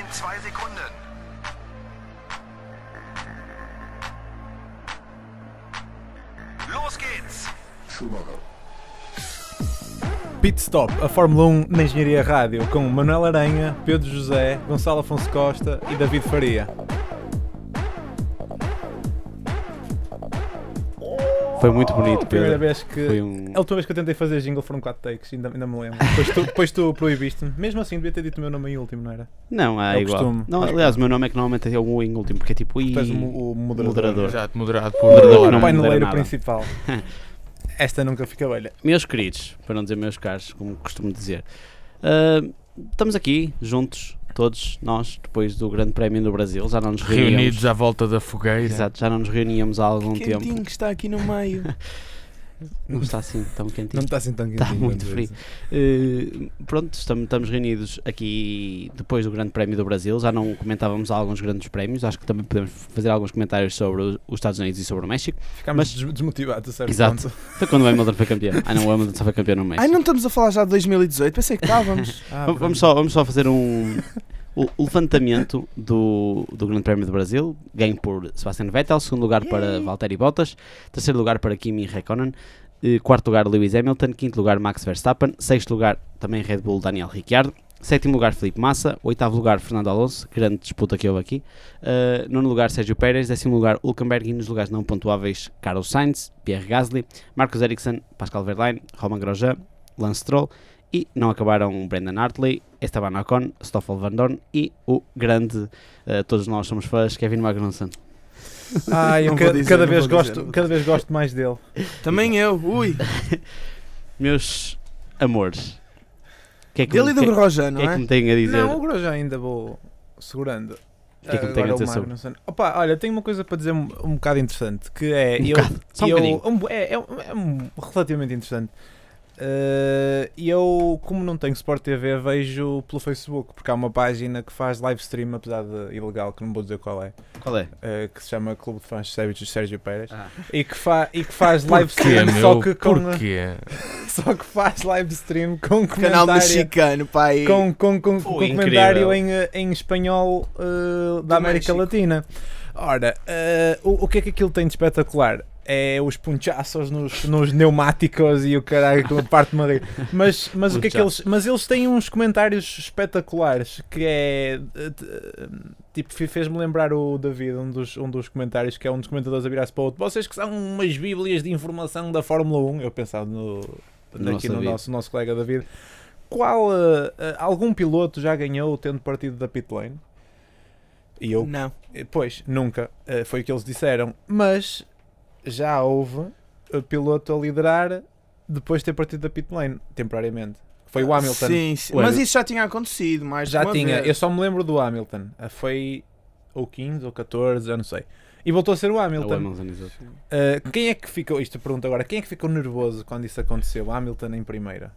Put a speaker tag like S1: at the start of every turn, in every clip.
S1: in zwei Sekunden. Los geht's!
S2: Pit Stop, a Fórmula 1 na Engenharia Rádio, com Manuel Aranha, Pedro José, Gonçalo Afonso Costa e David Faria.
S3: Foi muito bonito,
S2: Primeira
S3: Pedro.
S2: vez que. É
S3: Foi um.
S2: A última vez que eu tentei fazer jingle foram 4 takes, ainda, ainda me lembro. Depois tu, depois tu proibiste-me. Mesmo assim, devia ter dito o meu nome em último, não era?
S3: Não, é,
S2: É o
S3: igual.
S2: costume.
S3: Não, aliás, o meu nome é que normalmente é o em último, porque é tipo.
S2: Tu
S3: Ii,
S2: és o,
S4: um
S2: mo- o moderador.
S3: moderador.
S4: Já te moderado por
S3: Moderador
S2: O
S3: não modera
S2: paineleiro
S3: nada.
S2: principal. Esta nunca fica velha.
S3: Meus queridos, para não dizer meus caros, como costumo dizer, ah, estamos aqui juntos, todos nós, depois do Grande Prémio do Brasil. Já não nos reuníamos.
S4: reunidos é. à volta da fogueira.
S3: Exato, já não nos reuníamos há algum tempo.
S4: que está aqui no meio.
S3: Não está assim tão quentinho.
S2: Não está assim tão quentinho.
S3: Está Tá muito
S2: quanto
S3: frio.
S2: isso.
S3: Eh, pronto, estamos, estamos reunidos aqui depois do Grande Prémio do Brasil. Já não comentávamos alguns grandes prémios. Acho que também podemos fazer alguns comentários sobre o- os Estados Unidos e sobre o México.
S2: Ficámos
S3: Mas-
S2: des- desmotivados, a certo
S3: Exato.
S2: ponto.
S3: Foi Então, quando o Hamilton foi campeão. Ah, não, o Hamilton só foi campeão no
S5: Ai,
S3: México.
S5: não estamos a falar já de 2018, pensei que estávamos.
S2: Ah,
S3: Vamos- Vamos só, vamos só fazer um o o levantamento do, do Grande Prémio do Brasil, ganho por Sebastian Vettel, segundo lugar para Valtteri Bottas, terceiro lugar para Kimi Räikkönen, eh, quarto lugar Lewis Hamilton, quinto lugar Max Verstappen, sexto lugar também Red Bull Daniel Ricciardo, sétimo lugar Felipe Massa, oitavo lugar Fernando Alonso, grande disputa que houve aqui, eh, nono lugar Sérgio Pérez, décimo lugar Hulkenberg e nos lugares não pontuáveis Carlos Sainz, Pierre Gasly, Marcos Ericsson, Pascal Verlaine, Roman Grosjean, Lance Stroll e não acabaram Brendan Hartley, Esteban Ocon, Stoffel Van Dorn e o grande, eh, todos nós somos fãs, Kevin Magnussen.
S2: Ai, eu
S5: Não
S2: ca-
S5: vou
S2: cada,
S5: dizer, não
S2: vez
S5: vou dizer,
S2: gosto,
S5: não.
S2: cada vez gosto mais dele.
S5: Também eu, ui.
S3: Meus amores, o que é que,
S5: Dele e do
S3: que-
S5: Grosjean,
S3: que é
S5: não
S3: que
S5: é?
S3: me têm a dizer?
S2: Não, o Grosjean ainda vou segurando. Ah,
S3: que é que me tem a
S2: Agora o
S3: dizer sobre?
S2: Magnussen. Opa, olha, tenho uma coisa para dizer um, um bocado interessante, que é... eu,
S3: Só um
S2: eu-
S3: bocadinho.
S2: um bo- é, é um- é um relativamente interessante. Eh, E eu, como não tenho Sport TV, vejo pelo Facebook, porque há uma página que faz live stream, apesar de ilegal, que não vou dizer qual é,
S3: Qual é?
S2: eh, que se chama Clube de Fãs Sérgio, Sérgio Pérez,
S3: Ah.
S2: e, que fa, e que faz live
S4: Porquê,
S2: stream, só
S4: é meu?
S2: que, com,
S4: Porquê?
S2: só que faz live stream com
S5: Canal
S2: comentário
S5: mexicano, pai.
S2: com, com, com, com
S3: incrível.
S2: comentário em, eh, em espanhol eh, da América
S5: México.
S2: Latina. Ora, eh, o, o que é que aquilo tem de espetacular? É os punchaços nos, nos pneumáticos e o caralho que parte me a rir. Mas, mas, o que é que eles, mas eles têm uns comentários espetaculares que é. eh, t- eh, Tipo, fe- fez-me lembrar o David, um dos, um dos comentários, que é um dos comentadores a virar-se para o outro. Vocês que são umas bíblias de informação da Fórmula 1, eu pensava no,
S3: No nosso
S2: aqui no
S3: David.
S2: nosso, nosso colega David. Qual eh, eh, algum piloto já ganhou tendo partido da pit lane? E eu,
S5: Não.
S2: eh, pois, nunca. Eh, foi o que eles disseram. Mas já houve eh, piloto a liderar depois de ter partido da pit lane, temporariamente. Foi o Hamilton.
S5: Sim, sim.
S3: O
S5: Mas
S3: Hamilton.
S5: isso já tinha acontecido, mais de
S2: Já
S5: uma
S2: tinha, eu
S5: vez.
S2: só me lembro do Hamilton. Ah, Foi ou 15 ou 14, já não sei. E voltou a ser o
S3: É o
S2: Hamilton.
S3: Hamilton, exato.
S2: Ah, quem é que ficou, isto pergunto agora, quem é que ficou nervoso quando isso aconteceu? Hamilton em primeira?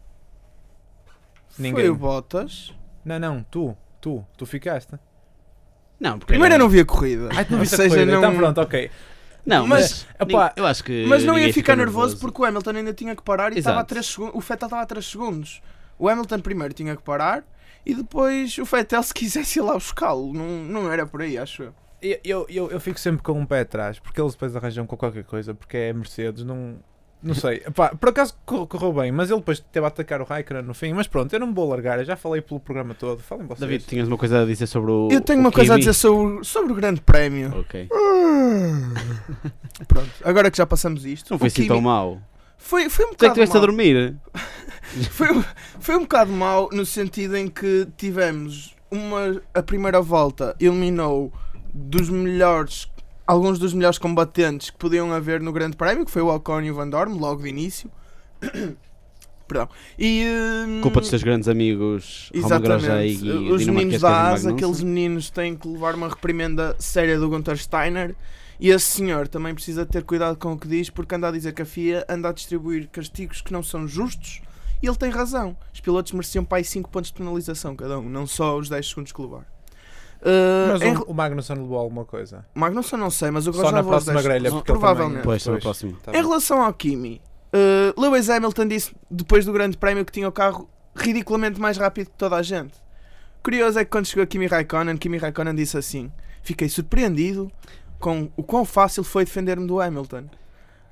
S2: Ninguém.
S5: Foi o Bottas.
S2: Não, não, tu, tu, tu ficaste.
S3: Não, porque
S5: Primeiro eu não vi a corrida.
S2: é? Ai, tu não
S5: Ou
S2: viste
S5: seja,
S2: a corrida.
S5: não-
S2: Então pronto, ok.
S3: Não, mas,
S2: Mas, opá,
S3: nin- eu acho que
S5: Mas não
S3: ninguém
S5: ia
S3: ficou
S5: ficar nervoso porque o Hamilton ainda tinha que parar e estava a
S3: Exato.
S5: 3 segundos. O Fettel estava a 3 segundos. O Hamilton primeiro tinha que parar e depois o Fettel, se quisesse ir lá buscá-lo, não, não era por aí, acho eu.
S2: Eu, eu, eu, eu fico sempre com um pé atrás, porque eles depois arranjam com qualquer coisa, porque é Mercedes, não. Não sei, Epá, por acaso cor- correu bem, mas ele depois teve a atacar o Raikkonen no fim. Mas pronto, eu não me vou largar, eu já falei pelo programa todo. Falem vocês.
S3: David, tinhas uma coisa a dizer sobre o
S5: Eu tenho
S3: o
S5: uma coisa a
S3: Kimi?
S5: dizer sobre, sobre o Grande Prémio.
S3: Ok.
S5: Pronto, agora que já passamos isto.
S3: Não foi
S5: o
S3: assim tão
S5: Kimi-
S3: mau.
S5: Foi, foi um
S3: Tu é que
S5: bocado
S3: estiveste a
S5: mau.
S3: dormir?
S5: Foi, foi um bocado mau no sentido em que tivemos uma, a primeira volta eliminou dos melhores, alguns dos melhores combatentes que podiam haver no Grande Prémio, que foi o Ocon e o Van Dorme, logo de início. Perdão. E, hum,
S3: Culpa dos teus grandes amigos, Roman Grosjean e
S5: Exatamente.
S3: e
S5: Os
S3: dinamarquês
S5: meninos
S3: Kevin
S5: da ASA,
S3: Magnussen.
S5: aqueles meninos têm que levar uma reprimenda séria do Gunter Steiner. E esse senhor também precisa ter cuidado com o que diz, porque anda a dizer que a FIA anda a distribuir castigos que não são justos. E ele tem razão. Os pilotos mereciam para aí 5 pontos de penalização cada um, não só os 10 segundos que levar. Uh,
S2: Mas um,
S5: em
S2: o, o Magnussen levou alguma coisa.
S5: Magnussen não sei, mas o
S2: Só
S5: Grosjean
S2: na
S5: levou os
S2: próxima
S5: 10
S2: grelha,
S5: segundos,
S2: porque ele também-
S5: provavelmente.
S3: Pois, na próxima.
S2: tá
S5: Em
S2: bom.
S5: relação ao Kimi, eh, Lewis Hamilton disse depois do Grande Prémio que tinha o carro ridiculamente mais rápido que toda a gente. Curioso é que quando chegou Kimi Raikkonen, Kimi Raikkonen disse assim: Fiquei surpreendido com o quão fácil foi defender-me do Hamilton.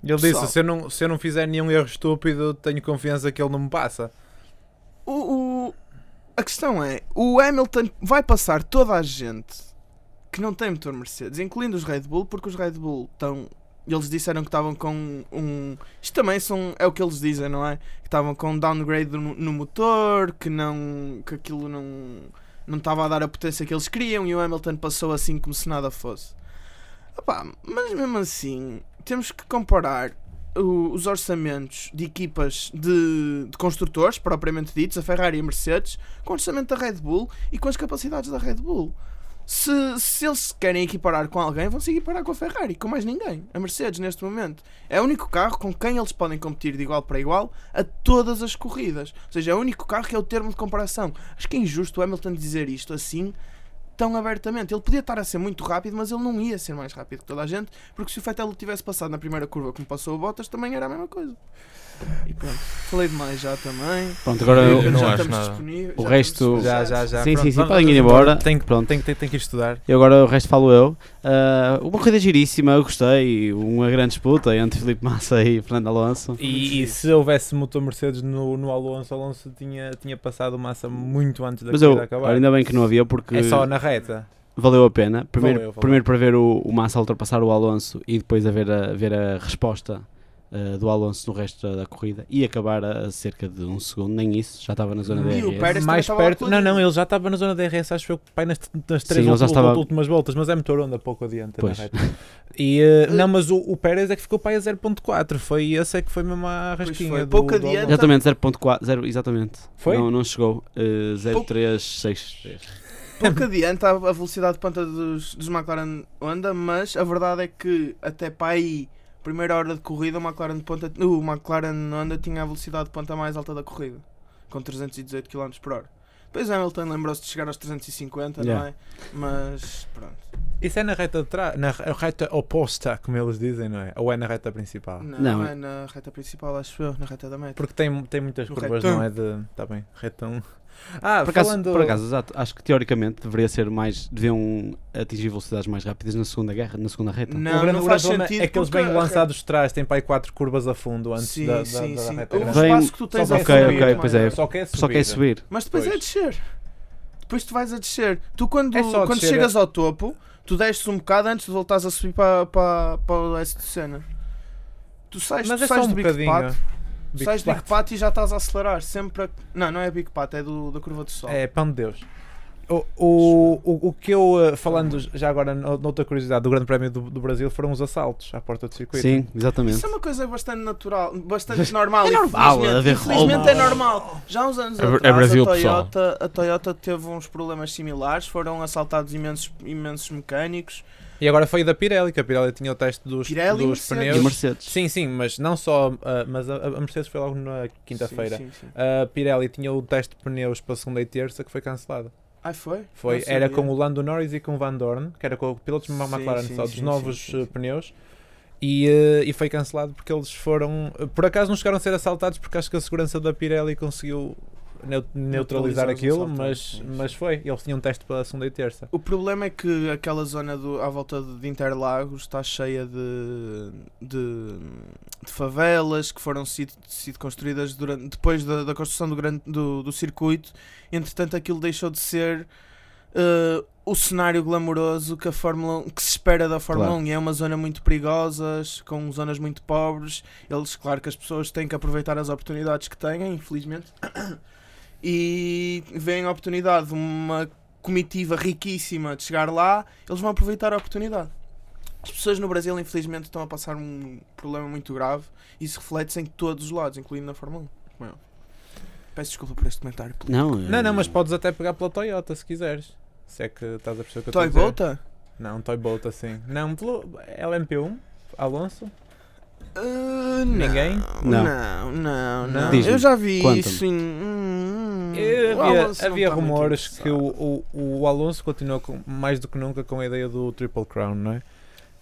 S2: Ele
S5: Pessoal.
S2: disse: se eu, não, se eu não fizer nenhum erro estúpido, tenho confiança que ele não me passa.
S5: O, o- a questão é: o Hamilton vai passar toda a gente que não tem motor Mercedes, incluindo os Red Bull, porque os Red Bull estão. Eles disseram que estavam com um. Isto também são, é o que eles dizem, não é? Que estavam com um downgrade no, no motor, que não. que aquilo não. não estava a dar a potência que eles queriam e o Hamilton passou assim como se nada fosse. Epá, mas mesmo assim, temos que comparar o- os orçamentos de equipas de, de construtores, propriamente ditos, a Ferrari e a Mercedes, com o orçamento da Red Bull e com as capacidades da Red Bull. Se, se eles se querem equiparar com alguém, vão se equiparar com a Ferrari, com mais ninguém. A Mercedes, neste momento, é o único carro com quem eles podem competir de igual para igual a todas as corridas. Ou seja, é o único carro que é o termo de comparação. Acho que é injusto o Hamilton dizer isto assim, tão abertamente. Ele podia estar a ser muito rápido, mas ele não ia ser mais rápido que toda a gente, porque se o Fettel tivesse passado na primeira curva como passou o Bottas, também era a mesma coisa. E pronto, falei demais já também.
S3: Pronto, agora
S4: Eu
S3: eu,
S4: não
S5: já
S4: acho
S5: estamos
S4: nada.
S5: disponíveis.
S3: O
S5: já
S3: resto-
S5: estamos
S2: Já,
S5: disponíveis.
S2: já, já.
S3: Sim,
S2: Pronto,
S3: sim, sim,
S2: vamos-
S3: podem ir
S2: vamos
S3: embora.
S2: embora. Tenho,
S3: Pronto.
S2: tenho, tenho, tenho que ir estudar.
S3: e agora o resto falo eu. Ah, uma corrida giríssima, eu gostei, uma grande disputa entre Filipe Massa e Fernando Alonso.
S2: E, e se houvesse motor Mercedes no, no Alonso, Alonso tinha, tinha passado o massa muito antes da
S3: Mas eu,
S2: corrida acabar.
S3: ainda bem que não havia, porque
S2: É só na reta.
S3: valeu a pena. Primeiro,
S2: Valeu, valeu.
S3: primeiro para ver o, o Massa ultrapassar o Alonso e depois a ver a, ver a resposta ah, do Alonso no resto da, da corrida e acabar a, a cerca de um segundo, nem isso, já estava na zona da
S5: E o
S3: DRS.
S5: Pérez também
S2: Mais
S5: estava lá
S2: perto.
S5: com
S2: Não,
S5: ele.
S2: não, ele já estava na zona da DRS, acho eu, pai, nas, nas
S3: Sim, ele
S2: três
S3: já
S2: últimas,
S3: estava-
S2: últimas voltas, mas é motor onda pouco adiante
S3: Pois.
S2: na reta. E, eh, não, mas o, o Pérez é que ficou para a 0.4, foi esse é que foi mesmo a
S5: Pois
S2: rasquinha
S5: foi,
S2: do,
S5: pouco
S2: do
S5: adiante.
S2: Alonso.
S3: Exatamente, 0.4, zero- exatamente.
S2: Foi?
S3: Não, não chegou. eh, 0.363.
S5: Pouco adianta a a velocidade de ponta dos, dos McLaren Honda, mas a verdade é que até para aí, primeira hora de corrida, o McLaren, de ponta, o McLaren Honda tinha a velocidade de ponta mais alta da corrida, com 318 km por hora. Depois Hamilton lembrou-se de chegar aos 350,
S3: Yeah.
S5: não é? Mas pronto.
S2: Isso é na reta de trás, na re- reta oposta, como eles dizem, não é? Ou é na reta principal?
S5: Não,
S3: Não.
S5: é na reta principal, acho eu, na reta da meta.
S2: Porque tem, tem muitas
S5: No
S2: curvas,
S5: retão.
S2: não é de. Está bem, retão. Ah,
S3: Por acaso,
S2: falando.
S3: por acaso, exato, acho que teoricamente deveria ser mais. deviam atingir velocidades mais rápidas na segunda guerra, na segunda reta.
S5: Não.
S2: o grande
S5: faz
S2: problema
S5: sentido
S2: é que eles
S5: porque
S2: bem
S5: a-
S2: lançados de trás, têm para aí 4 curvas a fundo antes
S5: sim,
S2: da, da,
S5: sim,
S2: da
S5: sim.
S2: reta
S5: O
S2: grande.
S3: Vem-
S5: espaço que tu tens
S2: Só
S5: é
S2: que-
S5: sempre
S2: ok,
S5: muito
S2: ok,
S5: maior.
S3: pois é.
S2: Só que é subida.
S3: Só quer subir.
S5: Mas depois é
S2: Pois.
S5: descer. Depois tu vais a descer. Tu quando,
S2: É só
S5: quando
S2: descer,
S5: chegas ao topo, tu desces um bocado antes de voltares a subir para, para, para o leste de cena. Tu sais,
S2: Mas
S5: tu
S2: é só
S5: sais
S2: um
S5: do Big
S2: bocadinho.
S5: Pato,
S2: Big
S5: sais do Big
S2: Pato.
S5: Pato e já estás a acelerar. Sempre a- Não, não é Big Pato, é do, da curva do sol.
S2: É, pão de Deus. O, o, o, o que eu, eh, falando já agora, no- noutra curiosidade do Grande Prémio do, do Brasil, foram os assaltos à porta do circuito.
S3: Sim, exatamente.
S5: Isso é uma coisa bastante natural, bastante normal.
S3: É normal,
S5: infelizmente.
S3: haver
S5: Infelizmente
S3: roubos.
S5: é normal. Já há uns anos
S4: É Br- é
S5: atrás,
S4: Brasil,
S5: a,
S4: pessoal.
S5: Toyota, a Toyota teve uns problemas similares. Foram assaltados imensos, imensos mecânicos.
S2: E agora foi da Pirelli, que a Pirelli tinha o teste dos,
S5: Pirelli e
S2: dos
S5: Mercedes.
S3: E a
S2: pneus.
S3: Mercedes.
S2: Sim, sim, mas não só. ah, mas a, a Mercedes foi logo na quinta-feira.
S5: Sim, sim, sim.
S2: A Pirelli tinha o teste de pneus para segunda e terça que foi cancelado.
S5: Ai, foi?
S2: Foi,
S5: Não
S2: era
S5: sabia.
S2: com o Lando Norris e com o Van Dorn, que era com o pilotos de
S5: Sim,
S2: McLaren
S5: sim,
S2: só dos
S5: sim,
S2: novos
S5: sim, sim,
S2: eh,
S5: sim.
S2: pneus. E, eh, e foi cancelado porque eles foram. eh, Por acaso não chegaram a ser assaltados porque acho que a segurança da Pirelli conseguiu neu- neutralizar
S5: Neutralizar os
S2: aquilo,
S5: assaltantes,
S2: mas,
S5: sim, sim.
S2: mas foi. Eles tinham um teste para segunda e terça.
S5: O problema é que aquela zona do, à volta de de Interlagos está cheia de, de, de favelas que foram sido, sido construídas durante, depois da, da construção do, grande, do, do circuito. Entretanto, aquilo deixou de ser eh, o cenário glamouroso que, a Fórmula, 1 que se espera da Fórmula
S3: Claro.
S5: 1. E é uma zona muito perigosa, com zonas muito pobres. Eles, claro que as pessoas têm que aproveitar as oportunidades que têm, infelizmente. E vêem a oportunidade de uma comitiva riquíssima de chegar lá, eles vão aproveitar a oportunidade. As pessoas no Brasil, infelizmente, estão a passar um problema muito grave e isso reflete-se em todos os lados, incluindo na Fórmula 1. como é óbvio. Peço desculpa por este comentário.
S3: Não, eh,
S2: Não, não, mas
S3: pode.
S2: podes até pegar pela Toyota se quiseres. Se é que estás a perceber o que eu estou a
S5: Toy
S2: dizer.
S5: Bota?
S2: Não, Toy Bolt assim. Não, pelo LMP1, Alonso.
S5: Uh, não.
S2: Ninguém?
S3: Não.
S5: Não, não, não.
S3: Diz-me,
S5: Eu já vi
S3: conta-me.
S5: isso em. Hum, hum,
S2: Eh,
S5: o
S2: havia
S5: Alonso não
S2: havia
S5: está muito
S2: rumores que o,
S5: interessado.
S2: o, o Alonso continua com- mais do que nunca com a ideia do Triple Crown, não é?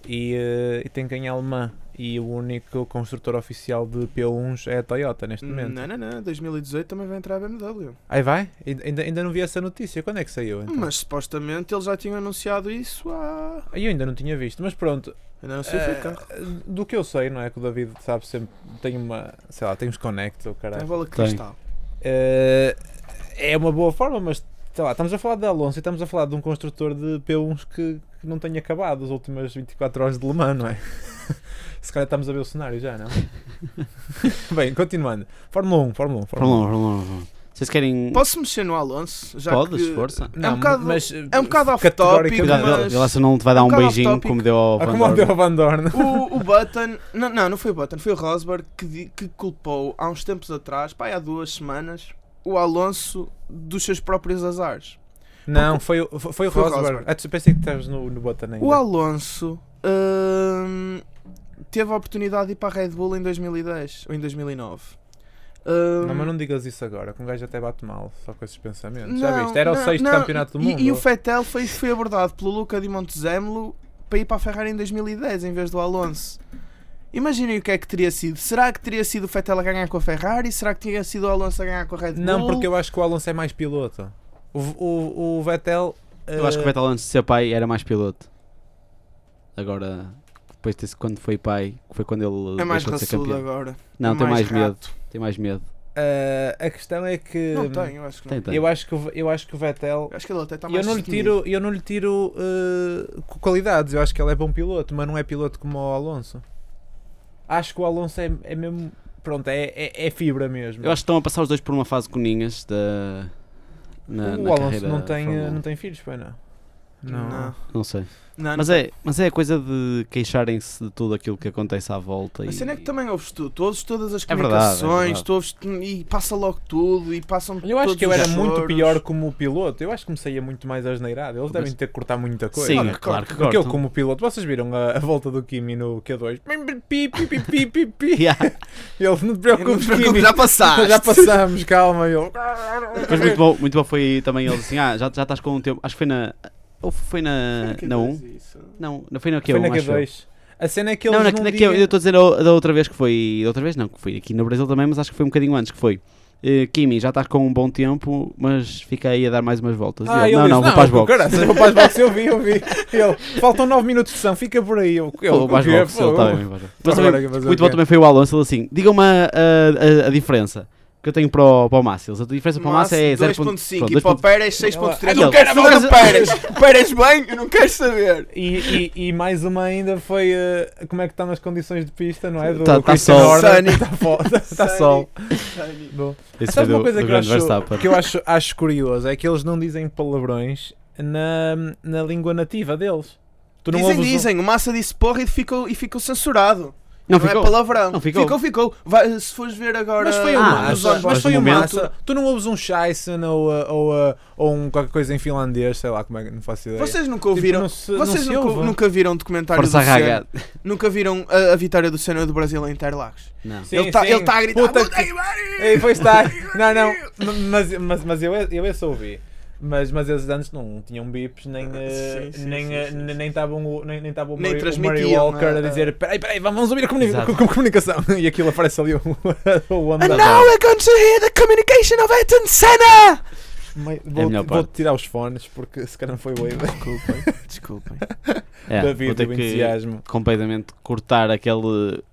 S2: E, eh, e tem que ganhar alemã. e o único construtor oficial de P1s é a Toyota
S5: Hum,
S2: neste momento.
S5: Não, não, não. 2018 também vai entrar a BMW.
S2: Aí vai? Ainda, ainda- ainda não vi essa notícia. Quando é que saiu? Então?
S5: Mas supostamente eles já tinham anunciado isso há.
S2: Eu ainda não tinha visto, mas pronto.
S5: Ainda não sei
S2: eh,
S5: foi carro.
S2: do que eu sei, não é? Que o David sabe sempre. Tem uma. Sei lá, tem uns connects ou
S5: Tem
S2: caralho.
S5: bola de
S3: Tem.
S5: cristal.
S2: Eh, é uma boa forma, mas sei lá, estamos a falar de Alonso e estamos a falar de um construtor de P1s que, que não tem acabado as últimas 24 horas de Le Mans, não é? Se calhar estamos a ver o cenário já, não? Bem, continuando. Fórmula 1, Fórmula 1, Fórmula 1.
S3: Fórmula 1, Fórmula 1. Vocês querem.
S5: Posso mexer no Alonso? Já
S3: Podes,
S5: que...
S3: força.
S5: É um bocado-
S2: eh,
S5: é um bocado off topic,
S2: categoricamente-
S3: Cuidado,
S5: mas-
S3: ele, ele se não te vai dar
S5: um
S3: um
S5: bocado
S3: beijinho
S5: off-topic.
S3: como deu ao
S2: Ah,
S3: Van
S2: como deu
S3: Dorn.
S2: a Van Dorn.
S5: um, O, o Button, não, não, não foi o Button, foi o Rosberg que, di- que culpou há uns tempos atrás, pá, há duas semanas, o Alonso dos seus próprios azares.
S2: Não, foi, o- foi, foi o
S5: Foi o
S2: Rosberg.
S5: Rosberg.
S2: Ah, tu pensei que estavas no, no button ainda.
S5: O Alonso hum, teve a oportunidade de ir para a Red Bull em 2010 ou em 2009. Hum,
S2: Não, mas não digas isso agora, que um gajo até bate mal, só com esses pensamentos. Já
S5: não,
S2: viste? Era o
S5: não,
S2: sexto
S5: não,
S2: campeonato do
S5: e-
S2: mundo.
S5: E, o Fettel foi, foi abordado pelo Luca di Montezemolo para ir para a Ferrari em 2010 em vez do Alonso. Imaginem o que é que teria sido. Será que teria sido o Fettel a ganhar com a Ferrari? Será que teria sido o Alonso a ganhar com a Red Bull?
S2: Não, porque eu acho que o Alonso é mais piloto. O, o, o Vettel. eh,
S3: Eu acho que o Vettel antes de ser pai era mais piloto. Agora, depois de quando foi pai, que foi quando ele
S5: É mais
S3: deixou de ser
S5: raçudo
S3: campeão.
S5: agora.
S3: Não,
S5: É
S3: tem mais medo.
S5: rato.
S3: Tem mais medo.
S2: eh, a questão é que.
S5: Não tem, eu acho que não.
S3: Tem, tem.
S2: Eu acho que, o- eu acho que o Vettel.
S5: Acho que ele até está
S2: Eu
S5: mais
S2: não, lhe
S5: destemido.
S2: tiro, eu não lhe tiro eh, cu- qualidades, eu acho que ele é bom piloto, mas não é piloto como o Alonso. Acho que o Alonso é, é mesmo. Pronto, é, é, é fibra mesmo.
S3: Eu acho que estão a passar os dois por uma fase com ninhas da. Na,
S2: o
S3: na
S2: Alonso
S3: carreira
S2: não tem,
S3: Fórmula
S2: eh,
S3: 1.
S2: não tem filhos, pois não?
S5: Não. não.
S3: Não sei.
S5: não,
S3: Mas é, mas é a coisa de queixarem-se de tudo aquilo que acontece à volta.
S5: A
S3: e-
S5: cena é que também ouves tu, tu ouves todas as
S3: É verdade, é
S5: comunicações, tu ouves e passa logo tudo e passam
S2: Eu acho
S5: todos
S2: que eu
S5: os
S2: era muito
S5: choros.
S2: pior como piloto. Eu acho que me saía muito mais asneirado. Eles
S3: Mas-
S2: devem ter que cortar muita coisa.
S3: Sim,
S5: Olha,
S3: é claro que
S2: Do que eu
S3: cortam.
S2: como piloto. Vocês viram a, a volta do Kimi no Q2? Pi, pi, pi, pi, pi, pi.
S3: Yeah.
S2: Ele, não te
S5: Eu não me
S2: preocupes,
S5: preocupo,
S2: Kimi.
S5: já passaste.
S2: Já passamos, calma. Ele...
S3: Mas muito bom, muito bom foi também eles assim, ah, já, já estás com um tempo. Acho que foi na. Ou foi na.
S5: Quem
S3: na
S5: diz
S3: 1?
S5: isso?
S3: Ah, Não, não foi na Q1.
S2: Foi na
S3: acho eu.
S2: Q2. A cena é que eles
S3: Não,
S2: não,
S3: na, na Q1, eu estou a dizer a- da outra vez que foi. Da outra vez não, que foi aqui no Brasil também, mas acho que foi um bocadinho antes que foi. eh, Kimi, já estás com um bom tempo, mas fica aí a dar mais umas voltas. E
S2: Ah,
S3: eu,
S2: ele
S3: não,
S2: disse,
S3: não, vou para as boxes.
S2: caralho, vou para as boxes, eu vi, eu vi. Ele, faltam 9 minutos de sessão, fica por aí. Eu, eu,
S3: Vou para as
S2: eu-
S3: boxes, ele tá
S2: eu-
S3: está bem, vai. Mas
S2: é
S3: também,
S2: Agora que eu vou fazer
S3: muito
S2: o
S3: bom
S2: quê?
S3: também foi o Alonso, ele assim, digam-me a, a- a- a diferença que eu tenho para o, para o Massa. Ele disse, A diferença para o Massa é 0.5.
S5: 2.5 e
S3: pronto,
S5: para o
S3: 2.5.
S5: Pérez 6.3.
S3: Ah, não quero
S5: falar
S3: do
S5: Pérez. Pérez bem, eu não quero saber.
S2: E, e- e mais uma ainda foi eh, como é que está nas condições de pista, não é? Do
S3: Tá- tá
S2: Christian
S3: sol.
S2: Horner.
S5: Sunny.
S2: Está tá sol. Bom.
S3: Esse foi
S2: Sabe uma
S3: do,
S2: coisa
S3: do
S2: que eu,
S3: grande
S2: acho,
S3: Verstappen.
S2: que é eu acho, acho curioso? É que eles não dizem palavrões na, na língua nativa deles. Tu não
S5: Dizem,
S2: ouves um-
S5: dizem, o Massa disse porra e ficou, e ficou censurado.
S3: Não,
S5: é
S3: ficou.
S5: palavrão.
S3: Não ficou.
S5: ficou. ficou. Vai- se fores ver agora.
S2: Mas foi um o
S3: Ah,
S5: nos
S2: massa,
S5: olhos-
S2: mas
S3: mas
S2: foi
S3: no
S2: o
S3: momento-
S2: massa. Tu não ouves um Scheisen ou, uh, ou, uh, ou um qualquer coisa em finlandês, sei lá como é que não faço ideia.
S5: Vocês nunca
S2: Tipo,
S5: ouviram.
S2: não se- não
S5: Vocês
S2: se
S5: nunca,
S2: ouve.
S5: nunca viram o documentário
S3: Força
S5: do Senna?
S3: arragado.
S5: Nunca viram a, a vitória do Senna do Brasil em Interlagos?
S3: Não.
S2: Sim,
S5: ele está
S2: sim.
S5: tá a gritar.
S2: Puta
S5: "Puta
S2: que-
S5: que pariu!"
S2: Ei, pois está. Não, não, m- mas, mas, mas eu, eu esse ouvi. Mas, mas esses antes não tinham bips, nem eh,
S5: Ah, Sim, sim,
S2: nem
S5: sim,
S2: eh,
S5: sim, sim.
S2: nem estavam o, nem, nem estavam o
S5: Nem
S2: Murray- o Murray
S5: transmitiam,
S2: Walker
S5: eh,
S2: a dizer: peraí, peraí, vamos ouvir a, comuni-
S3: Exato.
S2: com- com- comunicação. E aquilo aparece ali o,
S5: Ah,
S2: o homem da
S5: And now we're going to hear the communication of Ayrton Senna!
S2: Mãe,
S3: É a
S2: Vou,
S3: melhor
S2: vou
S3: parte.
S2: tirar os fones porque se calhar não foi o ideia
S5: Desculpem, desculpem.
S3: É,
S2: da
S3: vou
S2: vida,
S3: ter
S2: o
S3: que
S2: entusiasmo.
S3: completamente cortar aquele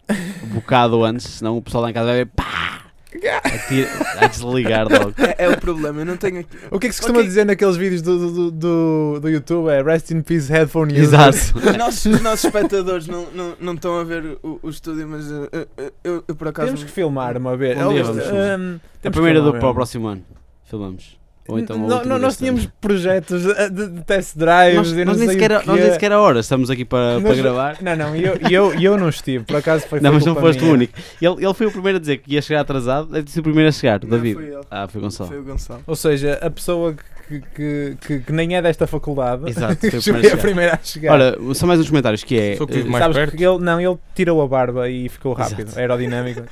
S3: bocado antes, senão o pessoal lá em casa vai ver pá! A, tira- a desligar logo.
S5: É, é o problema, eu não tenho aqui.
S2: O que é que se costuma
S5: Ok.
S2: dizer naqueles vídeos do, do, do, do YouTube é Rest in Peace Headphone User.
S3: Exato.
S5: Os nossos, os nossos espectadores não, não, não estão a ver o, o estúdio, mas uh, uh, uh, eu, eu por acaso.
S2: Temos que filmar uma vez.
S5: Um dia
S2: Hum,
S5: vamos
S3: filmar.
S2: temos que
S3: A primeira do, para
S2: filmar
S3: o
S2: mesmo.
S3: próximo ano. Filmamos. Ou então a
S2: N- não-
S3: última
S2: nós
S3: deste
S2: tínhamos
S3: ano.
S2: projetos de, de- de test drives
S3: Nós,
S2: e não
S3: nós nem
S2: sei o
S3: sequer,
S2: quê.
S3: nós nem sequer a hora estamos aqui para, para
S2: Nós-
S3: gravar.
S2: Não, não, e eu, e eu, e eu não estive, por acaso foi
S3: Não,
S2: foi
S3: mas não
S2: culpa
S3: foste o
S2: minha.
S3: único. Ele, ele foi o primeiro a dizer que ia chegar atrasado. Deve ter sido o primeiro a chegar,
S5: Não,
S3: David.
S5: Foi, ele.
S3: Ah, foi o Gonçalo.
S5: foi o Gonçalo.
S2: Ou seja, a pessoa que, que, que, que nem é desta faculdade
S3: Exato, foi o
S2: foi
S3: primeiro
S2: a
S3: a
S2: primeira a chegar.
S3: Ora, só mais uns comentários que é.
S4: Sou que vivo
S3: eh,
S4: mais
S2: Sabes
S4: perto.
S2: que ele, não, ele tirou a barba e ficou rápido,
S3: Exato.
S2: aerodinâmico.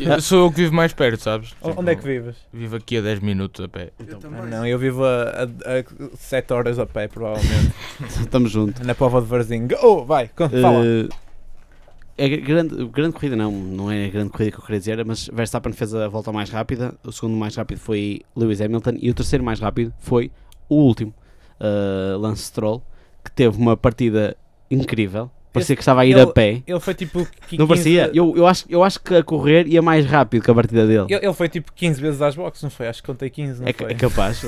S4: Eu sou eu que vivo mais perto, sabes?
S2: O-
S4: Tipo,
S2: Onde é que vives?
S4: Vivo aqui a 10 minutos a pé.
S5: Eu
S2: Ah,
S5: também.
S2: não, eu vivo a, a, 7 horas a pé, provavelmente.
S3: eh, Estamos juntos.
S5: Eh,
S2: Na Pova de Varzim. Oh, vai, con- fala.
S3: Eh, é grande, grande corrida não, não é a grande corrida que eu queria dizer, mas Verstappen fez a volta mais rápida, o segundo mais rápido foi Lewis Hamilton e o terceiro mais rápido foi o último, uh, Lance Stroll, que teve uma partida incrível, parecia que estava a ir a pé.
S2: Ele foi tipo. qui-
S3: Não
S2: 15
S3: parecia? Eu, eu, acho, eu acho que a correr ia mais rápido que a partida dele.
S2: Ele, ele foi tipo 15 vezes às boxes, não foi? Acho que contei 15, não
S3: É, ca- é
S2: foi?
S3: capaz.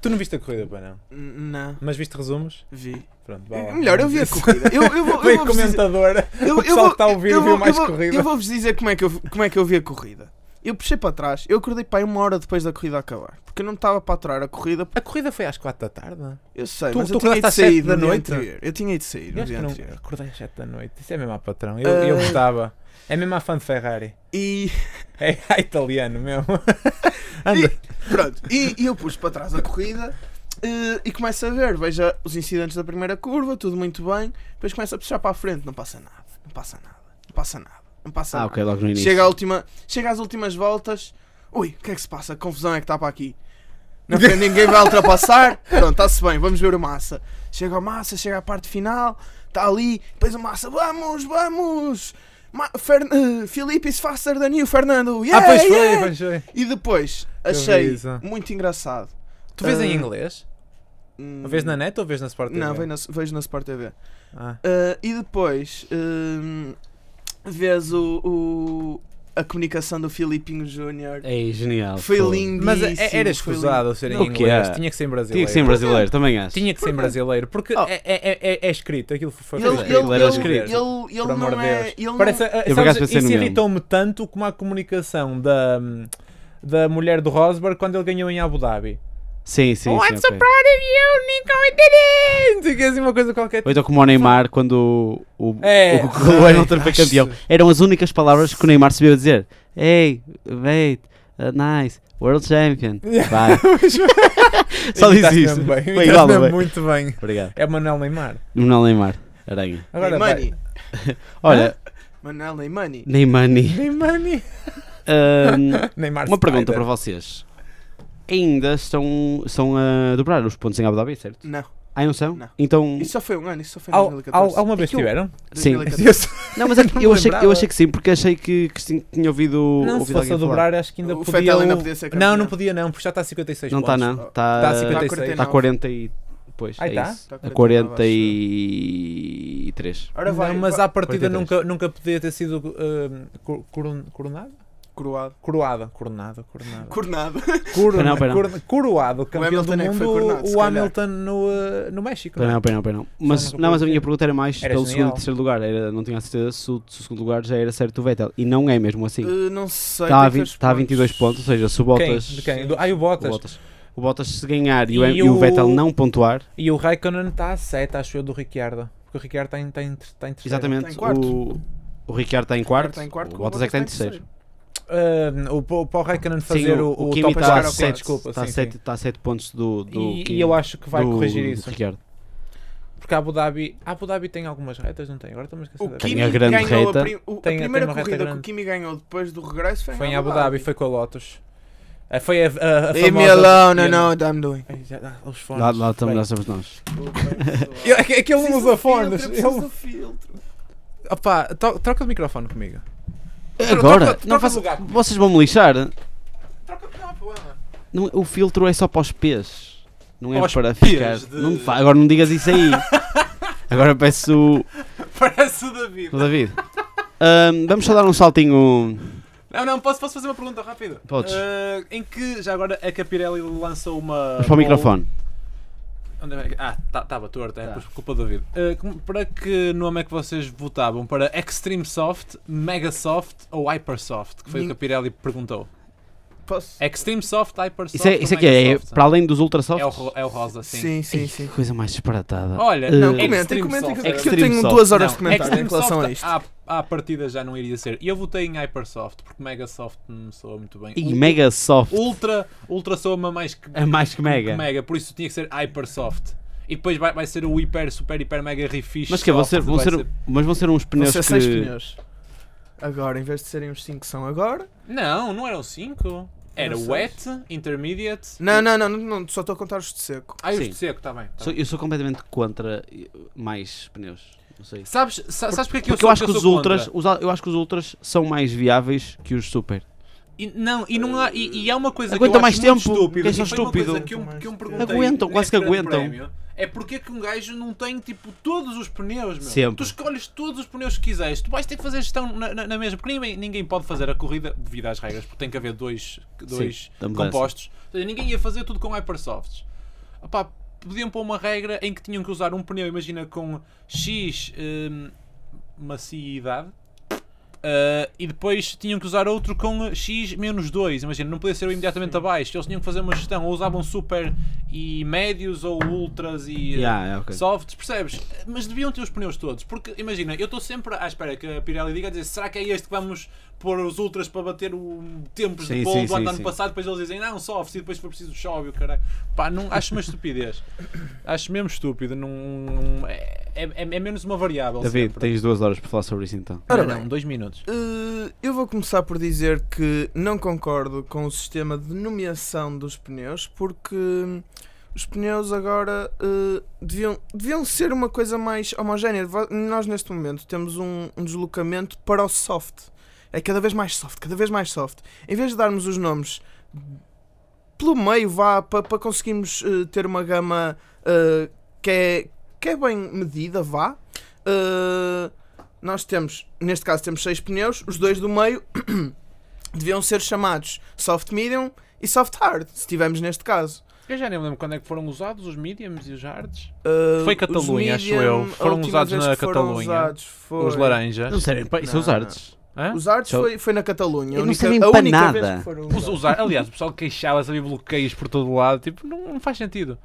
S2: Tu não viste a corrida, pá, não?
S5: N- Não,
S2: Mas viste resumos?
S5: vi.
S2: Pronto, vá lá.
S5: Melhor, eu vi a corrida. Eu, eu vou, eu
S2: É Foi
S5: vou vos dizer-
S2: comentador. O
S5: eu, eu
S2: pessoal
S5: vou,
S2: que está a ouvir
S5: eu
S2: viu
S5: vou,
S2: mais
S5: eu vou-
S2: corrida.
S5: Eu vou-vos dizer como é, que eu, como é que eu vi a corrida. Eu puxei para trás, eu acordei para aí uma hora depois da corrida acabar. Porque eu não estava para aturar a corrida.
S2: A corrida foi às 4 da tarde. é?
S5: Eu sei,
S2: Tu-
S5: mas
S2: tu
S5: eu tinha
S2: acordaste
S5: ido
S2: às sete
S5: sair
S2: da
S5: no dia
S2: noite?
S5: anterior. Eu tinha ido sair
S2: Eu
S5: no
S2: acho
S5: dia
S2: que
S5: anterior.
S2: não acordei às 7 da noite. Isso é mesmo a patrão. Eu, eu
S5: Ah.
S2: gostava. É mesmo a fã de Ferrari.
S5: E
S2: É, é italiano mesmo. Anda.
S5: pronto, e, e eu pus para trás a corrida eh, e começo a ver. Veja os incidentes da primeira curva, tudo muito bem. Depois começo a puxar para a frente, não passa nada, não passa nada, não passa nada, não passa
S3: ah,
S5: nada.
S3: ok, logo no início.
S5: Chega, à última, chega às últimas voltas. Ui, o que é que se passa? A confusão é que está para aqui. Não foi- ninguém vai ultrapassar. Pronto, está-se bem, vamos ver o Massa. Chega ao Massa, chega à parte final, está ali, depois o Massa, vamos, vamos! Ma Fern eh, Felipe is faster than you, Fernando! Yeah,
S2: ah, pois foi,
S5: yeah!
S2: pois foi.
S5: E depois,
S2: Eu vi
S5: achei
S2: isso. ah.
S5: muito engraçado.
S2: Tu vês em
S5: Ah,
S2: inglês?
S5: hum,
S2: Ou vês na net ou vês na Sport TV?
S5: Não, vejo na, vejo na Sport TV.
S2: Ah.
S5: Ah, e depois hum, vês o, o- a comunicação do Filipinho Júnior.
S3: É genial.
S5: Foi
S3: pô.
S5: lindíssimo.
S2: Mas é- era
S5: foi
S2: escusado ser em
S3: O que
S2: inglês.
S3: é?
S2: Tinha que ser em brasileiro.
S3: Tinha que ser em brasileiro, também acho.
S2: Tinha que ser em brasileiro, porque
S5: Oh.
S2: é, é- é- é escrito, aquilo foi
S5: lindo.
S2: foi
S5: Ele,
S2: escrito.
S5: ele,
S3: Era
S5: ele,
S3: escrito.
S5: ele, ele
S2: Por
S5: não
S2: amor de
S5: é.
S2: Deus.
S5: Ele não-
S2: Parece, ah,
S3: por
S2: sabes,
S3: acaso pensei
S2: isso
S3: no mesmo.
S2: irritou-me tanto como a comunicação da, da mulher do Rosberg quando ele ganhou em Abu Dhabi.
S3: Sim, sim,
S2: oh,
S3: sim.
S2: I'm so
S3: ok.
S2: proud of you, Nico, I did it! Não sei o quê, assim, uma coisa qualquer.
S3: Ou então como o Neymar quando o, o,
S2: É.
S3: o, o Hamilton foi campeão. Eram as únicas palavras que o Neymar sabia dizer. Hey, wait, uh, nice, world champion. Vai. Só diz
S2: Imitaste
S3: isso.
S2: mesmo bem,
S3: Foi igual, é?
S2: imitaste mesmo
S3: bem.
S2: muito bem.
S3: Obrigado.
S2: É Manuel Neymar.
S3: Não Neymar. Aranha.
S2: Agora vai.
S5: Money.
S3: Olha,
S5: Manela e Money.
S3: Neymani.
S2: Neymar. ni-
S3: Ahm,
S2: Neymar
S3: uma pergunta para
S2: Spider.
S3: vocês. Ainda estão, estão a dobrar os pontos em Abu Dhabi, certo?
S5: Não.
S3: Ah, não são?
S5: Não.
S3: Então.
S5: Isso só foi um ano, isso só foi em
S2: Al, al,
S5: 2014.
S2: alguma vez
S3: É que eu-
S2: tiveram?
S3: Sim.
S5: 2014.
S3: Não, mas é que
S2: Não me
S3: eu, achei, que- eu
S2: lembrava.
S3: achei que sim, porque achei que, que sim- tinha ouvido.
S2: Não, se
S3: ouvido
S2: fosse a
S3: alguém falar.
S2: dobrar, acho que ainda
S5: O
S2: podia.
S5: Fettel ainda
S2: o-
S5: podia ser
S2: Não,
S5: campeão.
S2: não podia, não, porque já está a 56
S3: Não está,
S2: pontos.
S3: não.
S2: Está Tá a
S3: Está
S2: 56.
S3: Está a 40 tá e. Pois,
S2: Aí
S3: é
S2: tá?
S3: isso.
S5: Tá
S3: A 43.
S5: 43. Ora vai,
S2: Não, mas à partida
S3: 43.
S2: nunca, nunca podia ter sido hum, cor- coron- coronado?
S5: Coroado.
S2: Coroada. Coronado, coronado.
S5: Coronado.
S2: Coro-
S3: Não, pera.
S2: coro- Coroado, campeão do
S5: Hamilton é que foi
S2: mundo,
S5: coronado, se
S2: o
S5: calhar.
S2: Hamilton no, eh, no México.
S3: Pera,
S2: não é?
S3: não, pera, não, pera, não. Mas,
S2: Só
S3: não, mas a minha
S2: porque-
S3: pergunta era mais
S2: Era
S3: pelo segundo
S2: genial.
S3: e terceiro lugar. Era, não tinha a certeza se o, se o segundo lugar já era certo o Vettel. E não é mesmo assim.
S5: Uh, não sei.
S3: Está a,
S5: tem que ver
S3: 20,
S5: os
S3: está a 22 pontos, ou seja, se o Bottas.
S2: Quem? De quem? Do, ah, e o Bottas.
S3: O Bottas, o Bottas se ganhar e, o,
S2: E
S3: e o
S2: o-
S3: Vettel não pontuar,
S2: E o Raikkonen está a 7, acho eu, do Ricciardo. Porque o Ricciardo está em, está em, está em terceiro.
S3: exatamente,
S5: Está em quarto.
S3: o, o Ricciardo está em quarto.
S5: Quarto, está em quarto,
S3: o Bottas é
S2: tá
S3: que está em terceiro.
S2: Ah, o, pa- para o Raikkonen fazer
S3: Sim,
S2: o, é
S3: o,
S2: o
S3: Kimi
S2: top
S3: está
S5: lugar,
S3: a
S5: ok,
S2: 4,
S3: sete-
S2: desculpa.
S3: está a
S2: sim,
S3: sete-
S2: sim.
S3: está a 7 pontos do. do
S2: E,
S3: Kimi-
S2: e eu acho que vai
S3: do-
S2: corrigir
S3: do
S2: isso.
S3: Ricciardo.
S2: Porque a Abu Dhabi, a Abu Dhabi tem algumas retas, não tem? Agora estou-me a esquecer.
S5: O
S2: da-
S5: Kimi
S3: a grande
S5: ganhou
S3: reta.
S5: a, prim- o- a
S2: Tem- tem
S5: primeira
S2: uma reta
S5: corrida que o
S2: grande.
S5: Kimi ganhou depois do regresso foi,
S2: Foi em é Abu Dhabi, foi com a Lotus. Ah, Foi a, a, a
S5: Leave me
S2: famosa-
S5: alone,
S2: Eu-
S5: I know what I'm doing.
S2: Ai, já- ah, Os fones.
S3: Lá, lá estamos,
S2: Bem,
S3: lá estamos nós.
S2: eu- é que- é que ele não usa fones.
S5: Preciso
S2: Ele-
S5: do filtro.
S2: Opa, to- troca de microfone comigo.
S3: Agora?
S2: troca- troca
S3: não
S2: de
S3: faço-
S2: lugar.
S3: Vocês vão me lixar?
S2: Troca de
S3: Não, o filtro é só para os P's. Não é
S2: Para os
S3: para
S2: P's
S3: ficar.
S2: de-
S3: Não me fa- Agora não digas isso aí. Agora peço
S2: Parece o David.
S3: o David. Ahm, vamos só dar um saltinho.
S2: Não, não, posso, posso fazer uma pergunta rápida?
S3: Podes.
S2: Ah, em que, já agora, é que a Pirelli lançou uma...
S3: Mas para o
S2: uma-
S3: microfone.
S2: Onde é que- ah, estava torto, é
S3: Tá.
S2: por culpa do David. Ah, como- para que nome é que vocês votavam? Para Extreme Soft, Mega Soft ou Hypersoft? Que foi o que a Pirelli perguntou.
S5: Posso?
S2: Extreme Soft, Hypersoft
S3: Isso é,
S2: ou
S3: isso é que é, é
S2: Megasoft?
S3: para além dos ultrasofts?
S2: É o, ro- é o rosa, sim.
S5: Sim, sim,
S3: Ei,
S5: sim.
S3: Que coisa mais disparatada.
S2: Olha,
S3: Não,
S5: Não,
S3: Eh,
S5: comentem,
S2: Extreme
S5: comentem que,
S2: Soft.
S5: eu- que eu
S3: Extreme
S5: tenho
S3: Soft.
S5: duas horas de
S2: Não,
S5: comentário em
S2: Extreme
S5: relação
S2: Soft Ah,
S5: a isto.
S2: À, à partida já não iria ser. E eu votei em Hypersoft, porque Megasoft não me soa muito bem.
S3: E
S2: Ul-
S3: mega soft.
S2: Ultra, Ultra soa-me mais que,
S3: É mais que
S2: que
S3: mega.
S2: Mega, por isso tinha que ser Hypersoft. E depois vai, vai ser o hiper, super, hiper, mega refish.
S3: Mas que é, vão
S2: soft,
S3: ser, vão
S2: vai
S3: ser, um, mas vão ser uns
S5: Vão
S3: pneus
S5: ser
S3: que.
S5: seis pneus. Agora, em vez de serem os 5 que são agora,
S2: Não, não eram 5. Era
S5: Não sei.
S2: wet, intermediate.
S5: Não, não, não, não, não, só estou a contar os de seco.
S2: Ah, os
S3: Sim.
S2: de seco, está bem. tá
S3: Sou-
S2: bem.
S3: eu sou completamente contra eh, mais pneus. Não sei.
S2: Sabes, sa- sabes porque é que
S3: Porque
S2: eu sou
S3: eu acho que os
S2: sou
S3: ultras,
S2: contra?
S3: os al- eu acho que os ultras são mais viáveis que os super.
S2: E, não, e, não há, e, e há uma coisa
S3: Aguenta
S2: que eu
S3: mais
S2: acho
S3: tempo,
S2: muito estúpida.
S3: quem são
S2: e foi uma
S3: estúpido.
S2: coisa que eu, que eu me perguntei
S3: Aguentam, quase que
S2: neste grande
S3: aguentam.
S2: prémio, é porque é que um gajo não tem tipo todos os pneus, meu.
S3: Sempre.
S2: Tu escolhes todos os pneus que quiseres. Tu vais ter que fazer gestão na, na- na mesma. Porque ninguém, ninguém pode fazer a corrida devido às regras, porque tem que haver dois, dois
S3: da mudança.
S2: compostos. Ou seja, ninguém ia fazer tudo com Hypersofts. Opá, podiam pôr uma regra em que tinham que usar um pneu, imagina, com X hum, maciidade. Uh, e depois tinham que usar outro com X menos 2, imagina, não podia ser imediatamente abaixo, eles tinham que fazer uma gestão, ou usavam super e médios, ou ultras e uh,
S3: Yeah, yeah, ok.
S2: softs, percebes? Mas deviam ter os pneus todos, porque imagina, eu estou sempre à espera que a Pirelli diga, dizer, será que é este que vamos pôr os ultras para bater o tempos
S3: Sim,
S2: de pole
S3: sim,
S2: do ano
S3: sim,
S2: ano
S3: sim.
S2: passado, depois eles dizem, não, softs, e depois foi preciso chove, o caralho. Pá, não, acho uma estupidez. acho mesmo estúpido, não, não- é, é- é menos uma variável.
S3: David,
S2: sempre.
S3: tens duas horas para falar sobre isso então.
S5: Ora
S2: não,
S5: bem.
S2: dois minutos.
S5: Eh, eu vou começar por dizer que não concordo com o sistema de nomeação dos pneus, porque hum, os pneus agora eh, deviam, deviam ser uma coisa mais homogénea. Vo- Nós, neste momento, temos um, um deslocamento para o soft. É cada vez mais soft, cada vez mais soft. Em vez de darmos os nomes pelo meio, vá, para conseguirmos eh, ter uma gama eh, que, é, que é bem medida, vá. eh, nós temos, neste caso temos seis pneus, os dois do meio deviam ser chamados soft medium e soft hard, se tivermos neste caso.
S2: Eu já nem me lembro quando é que foram usados os mediums e os hards.
S5: Uh,
S2: Foi
S5: os
S2: Catalunha, acho
S5: medium,
S2: eu.
S5: a
S2: Foram
S5: última
S2: usados
S5: vez
S2: na
S5: que foram
S2: Catalunha.
S5: usados foi-
S2: Os laranjas.
S3: Não sério, pá, isso é os
S5: Não.
S3: artes.
S2: Hã?
S5: Os hards
S3: Só-
S5: foi, foi na Catalunha.
S3: Eu
S5: a
S3: não
S5: única,
S3: sei nem
S5: a
S3: para
S5: única
S3: nada.
S5: vez que foram
S2: Os
S5: usados.
S2: usar, aliás, o pessoal queixava-se, havia bloqueios por todo lado. Tipo, não, não faz sentido.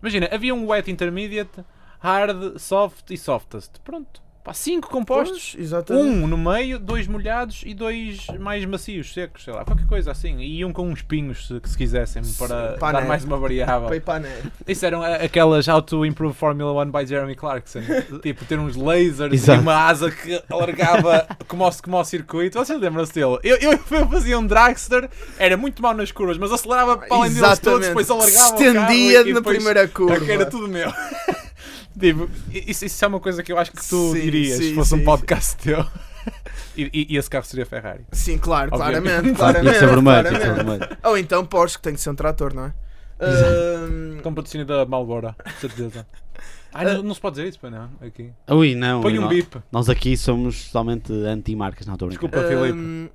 S2: Imagina, havia um wet intermediate, hard, soft e softest. Pronto. Pá, cinco compostos.
S5: Pois, exatamente.
S2: Um no meio, dois molhados e dois mais macios, secos, sei lá, qualquer coisa assim. E um com uns pinhos, se, que se quisessem, para
S5: pá,
S2: dar
S5: né?
S2: mais uma variável.
S5: Foi para a net.
S2: Isso eram a- aquelas How to Improve Formula One by Jeremy Clarkson. tipo, ter uns lasers
S3: Exato.
S2: e uma asa que alargava como ao, como ao circuito. Vocês lembram-se dele? Eu, eu, eu fazia um dragster, era muito mau nas curvas, mas acelerava para além deles todos, depois alargava
S5: Se
S2: o carro e-
S5: estendia
S2: e
S5: na
S2: depois-
S5: primeira curva.
S2: que Era tudo meu. tipo, isso, isso é uma coisa que eu acho que tu
S5: Sim,
S2: dirias
S5: sim,
S2: se fosse
S5: sim,
S2: um podcast teu. E, e- e esse carro seria Ferrari.
S5: Sim, claro,
S3: Tinha
S2: Obviamente.
S5: claramente. claramente,
S3: que ser é vermelho, tinha que ser
S5: claramente.
S3: vermelho.
S5: Ou então Porsche, que tem que ser um trator, não é? Ahm,
S2: Com Então, um patrocínio da Malbora, de certeza. Ah, não, não se pode dizer isso, pois não? Aqui.
S3: Ui, não.
S2: Põe um
S3: não.
S2: bip.
S3: Nós aqui somos totalmente anti-marcas, não estou a brincar.
S2: Desculpa, Filipe.
S5: Hum,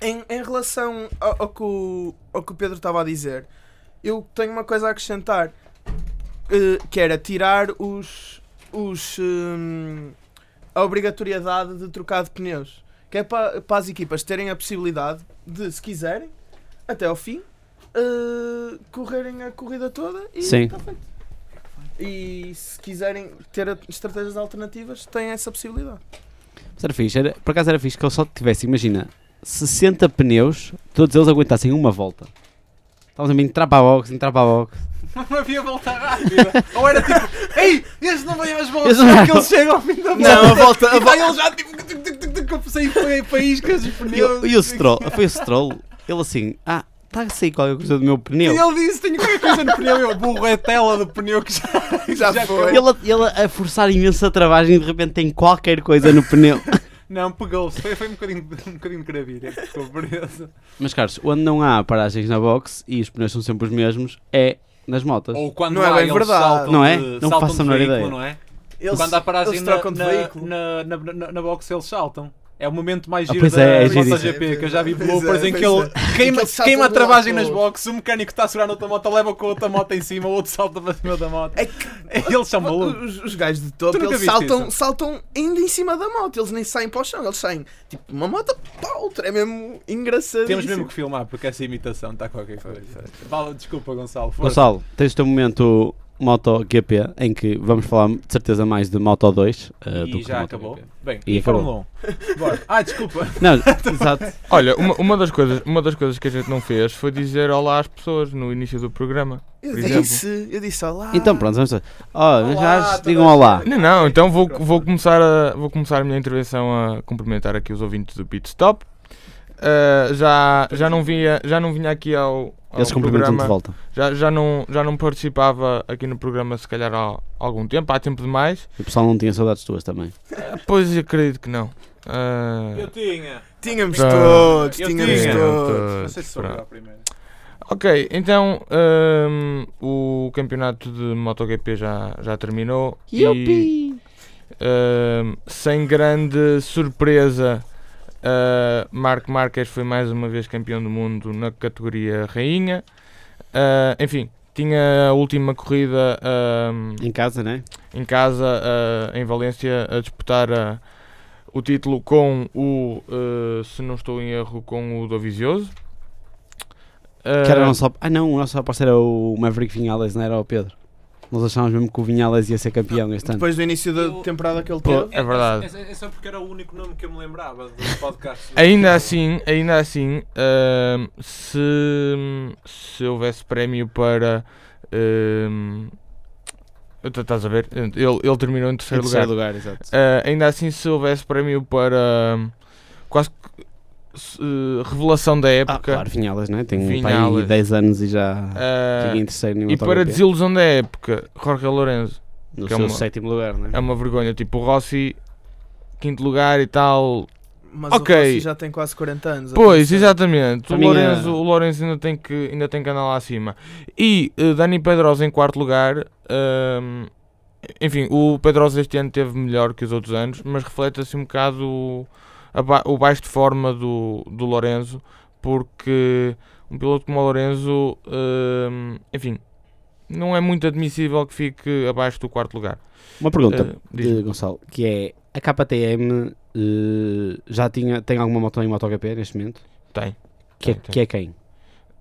S5: em, em relação ao, ao que o, ao que o Pedro estava a dizer, eu tenho uma coisa a acrescentar. eh, que era tirar os. os hum, a obrigatoriedade de trocar de pneus. Que é para, para as equipas terem a possibilidade de, se quiserem, até ao fim, eh, correrem a corrida toda e
S3: Sim.
S5: está feito. E se quiserem ter a- estratégias alternativas, têm essa possibilidade.
S3: Mas era fixe, era- por acaso era fixe que eu só tivesse, imagina, 60 pneus, todos eles aguentassem uma volta. Estávamos a mim, entrar para a box, entrar para a box.
S2: Não havia volta rápida. Ou era tipo, ei, este não vem às voltas,
S3: Este não
S2: será
S3: vai
S2: que ele chega ao fim da volta.
S5: Não, a volta- a
S2: E vai ele já tipo, tuc, tuc, tuc, tuc, sair para- para iscas os
S3: E, o-
S2: pneus.
S3: e o Stroll, foi o Stroll, ele assim, ah, está a sair qualquer coisa do meu
S2: E
S3: pneu.
S2: ele disse, tenho qualquer coisa no pneu, eu burro, é a tela do pneu que já, que
S5: Já foi.
S2: caiu.
S3: Ele, ele a forçar imensa travagem e de repente tem qualquer coisa no pneu.
S2: Não, pegou-se, foi, foi um bocadinho, um bocadinho de gravilha que ficou preso.
S3: Mas Carlos, onde não há paragens na box e os pneus são sempre os mesmos, é nas motas.
S2: Ou quando
S5: Não é
S2: há,
S5: bem
S2: eles
S5: verdade.
S2: saltam
S3: Não é?
S2: de-
S3: Não
S2: saltam
S3: faço
S2: de
S3: a menor
S2: veículo,
S3: ideia.
S2: não é?
S5: Eles,
S2: quando há paragem
S5: eles
S2: na,
S5: trocam de
S2: na-
S5: veículo.
S2: na, na, na, na box eles saltam. É o momento mais
S3: Ah,
S2: giro
S3: pois
S2: da
S3: é, é
S2: MotoGP,
S3: giríssimo.
S2: que eu já vi
S5: Pois
S2: bloopers
S5: é,
S2: em que
S5: pois
S2: ele queima,
S5: Em que eles
S2: queima a
S5: saltam de um
S2: travagem
S5: lado
S2: nas
S5: para o outro.
S2: boxes, o mecânico está a segurar outra moto, leva com a outra moto em cima, o outro salta para cima da moto.
S5: É que
S2: Eles são malucos.
S5: Os, os gajos de topo,
S2: Tá Tu nunca
S5: eles
S2: viste
S5: saltam,
S2: isso?
S5: saltam ainda em cima da moto, eles nem saem para o chão, eles saem tipo uma moto para outra, é mesmo engraçado.
S2: Temos mesmo que filmar porque essa imitação está qualquer
S5: é.
S2: coisa. Fala, desculpa, Gonçalo. força.
S3: Gonçalo, tens o teu momento MotoGP em que vamos falar de certeza mais de Moto 2 eh, do que
S2: E já
S3: Moto
S2: acabou.
S3: GP.
S2: Bem,
S3: E
S2: e,
S3: acabou.
S2: Fórmula 1. Bora. Ah, desculpa.
S3: Não, exato.
S4: Olha, uma, uma das coisas, uma das coisas que a gente não fez foi dizer olá às pessoas no início do programa.
S5: Eu
S4: Por exemplo.
S5: disse, eu disse olá.
S3: Então pronto, vamos lá. Oh, já
S2: Olá,
S3: se digam olá.
S4: Não, não, então vou, vou, começar, a, vou começar a minha intervenção a cumprimentar aqui os ouvintes do Pit Stop. ah, já, já, não via, já não vinha aqui ao, ao
S3: Eles cumprimentam de
S4: programa.
S3: volta.
S4: Já, já, não, já não participava aqui no programa, se calhar, há algum tempo. Há tempo demais.
S3: O pessoal não tinha saudades tuas também.
S4: Ah, Pois acredito que não. Ah,
S1: Eu tinha.
S5: Tínhamos
S4: Tá.
S5: todos,
S1: Eu
S5: tínhamos
S1: tinha.
S5: todos.
S1: é,
S4: Ah,
S1: Não sei se sou
S4: pronto.
S1: eu a primeira.
S4: Ok, então hum, o campeonato de MotoGP já, já terminou e hum, sem grande surpresa uh, Marco Marques foi mais uma vez campeão do mundo na categoria rainha. Uh, enfim, tinha a última corrida hum,
S3: Em casa, né?
S4: em casa ah, em Valência a disputar ah, o título com o ah, se não estou em erro com o Dovizioso Ah,
S3: Que era o nosso. op- Ah, não, o nosso aposta era o Maverick Vinhales, não era o Pedro. Nós achávamos mesmo que o Vinhales ia ser campeão este ano.
S5: Depois do início da
S1: Eu-
S5: temporada que ele
S4: Pô,
S5: teve.
S4: é verdade
S1: É, é- é só porque era o único nome que eu me lembrava do podcast.
S4: ainda assim ainda assim ah, se se houvesse prémio para ah, tu estás a ver ele, ele terminou em terceiro lugar
S3: exato.
S4: Ah, ainda assim, se houvesse prémio para hum, quase que, se- eh, revelação da
S3: Ah,
S4: época
S3: claro, Vinhales, né? Tem um pai
S4: Vinhales.
S3: 10 anos e já.
S4: ah,
S3: Fiquei em terceiro no
S4: e para
S3: MotoGP.
S4: desilusão da época, Jorge Lourenço
S3: No
S4: que é
S3: seu
S4: uma-
S3: sétimo lugar, né?
S4: é uma vergonha. Tipo, o Rossi, quinto lugar e tal.
S5: Mas
S4: Ok.
S5: o Rossi já tem quase 40 anos.
S4: Pois,
S5: atenção.
S4: exatamente. O
S3: A minha-
S4: Lourenço, o Lourenço ainda, tem que, ainda tem que andar lá acima. E eh, Dani Pedrosa em quarto lugar. hum, enfim, o Pedrosa este ano teve melhor que os outros anos, mas reflete assim um bocado o, a ba- o baixo de forma do, do Lourenço, porque um piloto como o Lourenço, hum, enfim, não é muito admissível que fique abaixo do quarto lugar.
S3: Uma pergunta.
S4: Eh, diz-me.
S3: de Gonçalo, que é a KTM eh, já tinha, tem alguma moto em MotoGP neste momento?
S4: Tem.
S3: Que, é-
S4: Tem, tem.
S3: que é quem?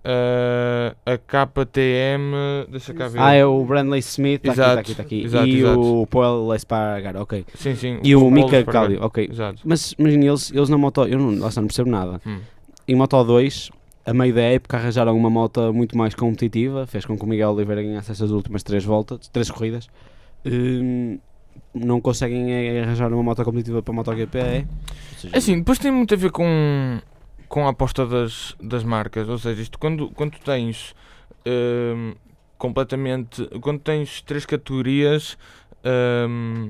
S4: Eh, a KTM, deixa cá ver.
S3: Ah, é o Brandley Smith, está
S4: Exato,
S3: aqui, está aqui, está
S4: exato,
S3: aqui. e
S4: exato.
S3: o Paul Espargar, ok.
S4: Sim, sim.
S3: E o Mika
S4: Paulo Espargaró.
S3: Claudio, ok.
S4: Exato.
S3: Mas imagina, eles, eles na moto, eu não, lá está, não percebo nada.
S4: Hum.
S3: Em Moto 2, a meio da época, arranjaram uma moto muito mais competitiva, fez com que o Miguel Oliveira ganhasse estas últimas três voltas, três corridas. Hum, não conseguem eh, arranjar uma moto competitiva para a MotoGP, é?
S4: É assim, depois tem muito a ver com, com a aposta das, das marcas. Ou seja, isto quando, quando tu tens hum, completamente. Quando tens três categorias. hum,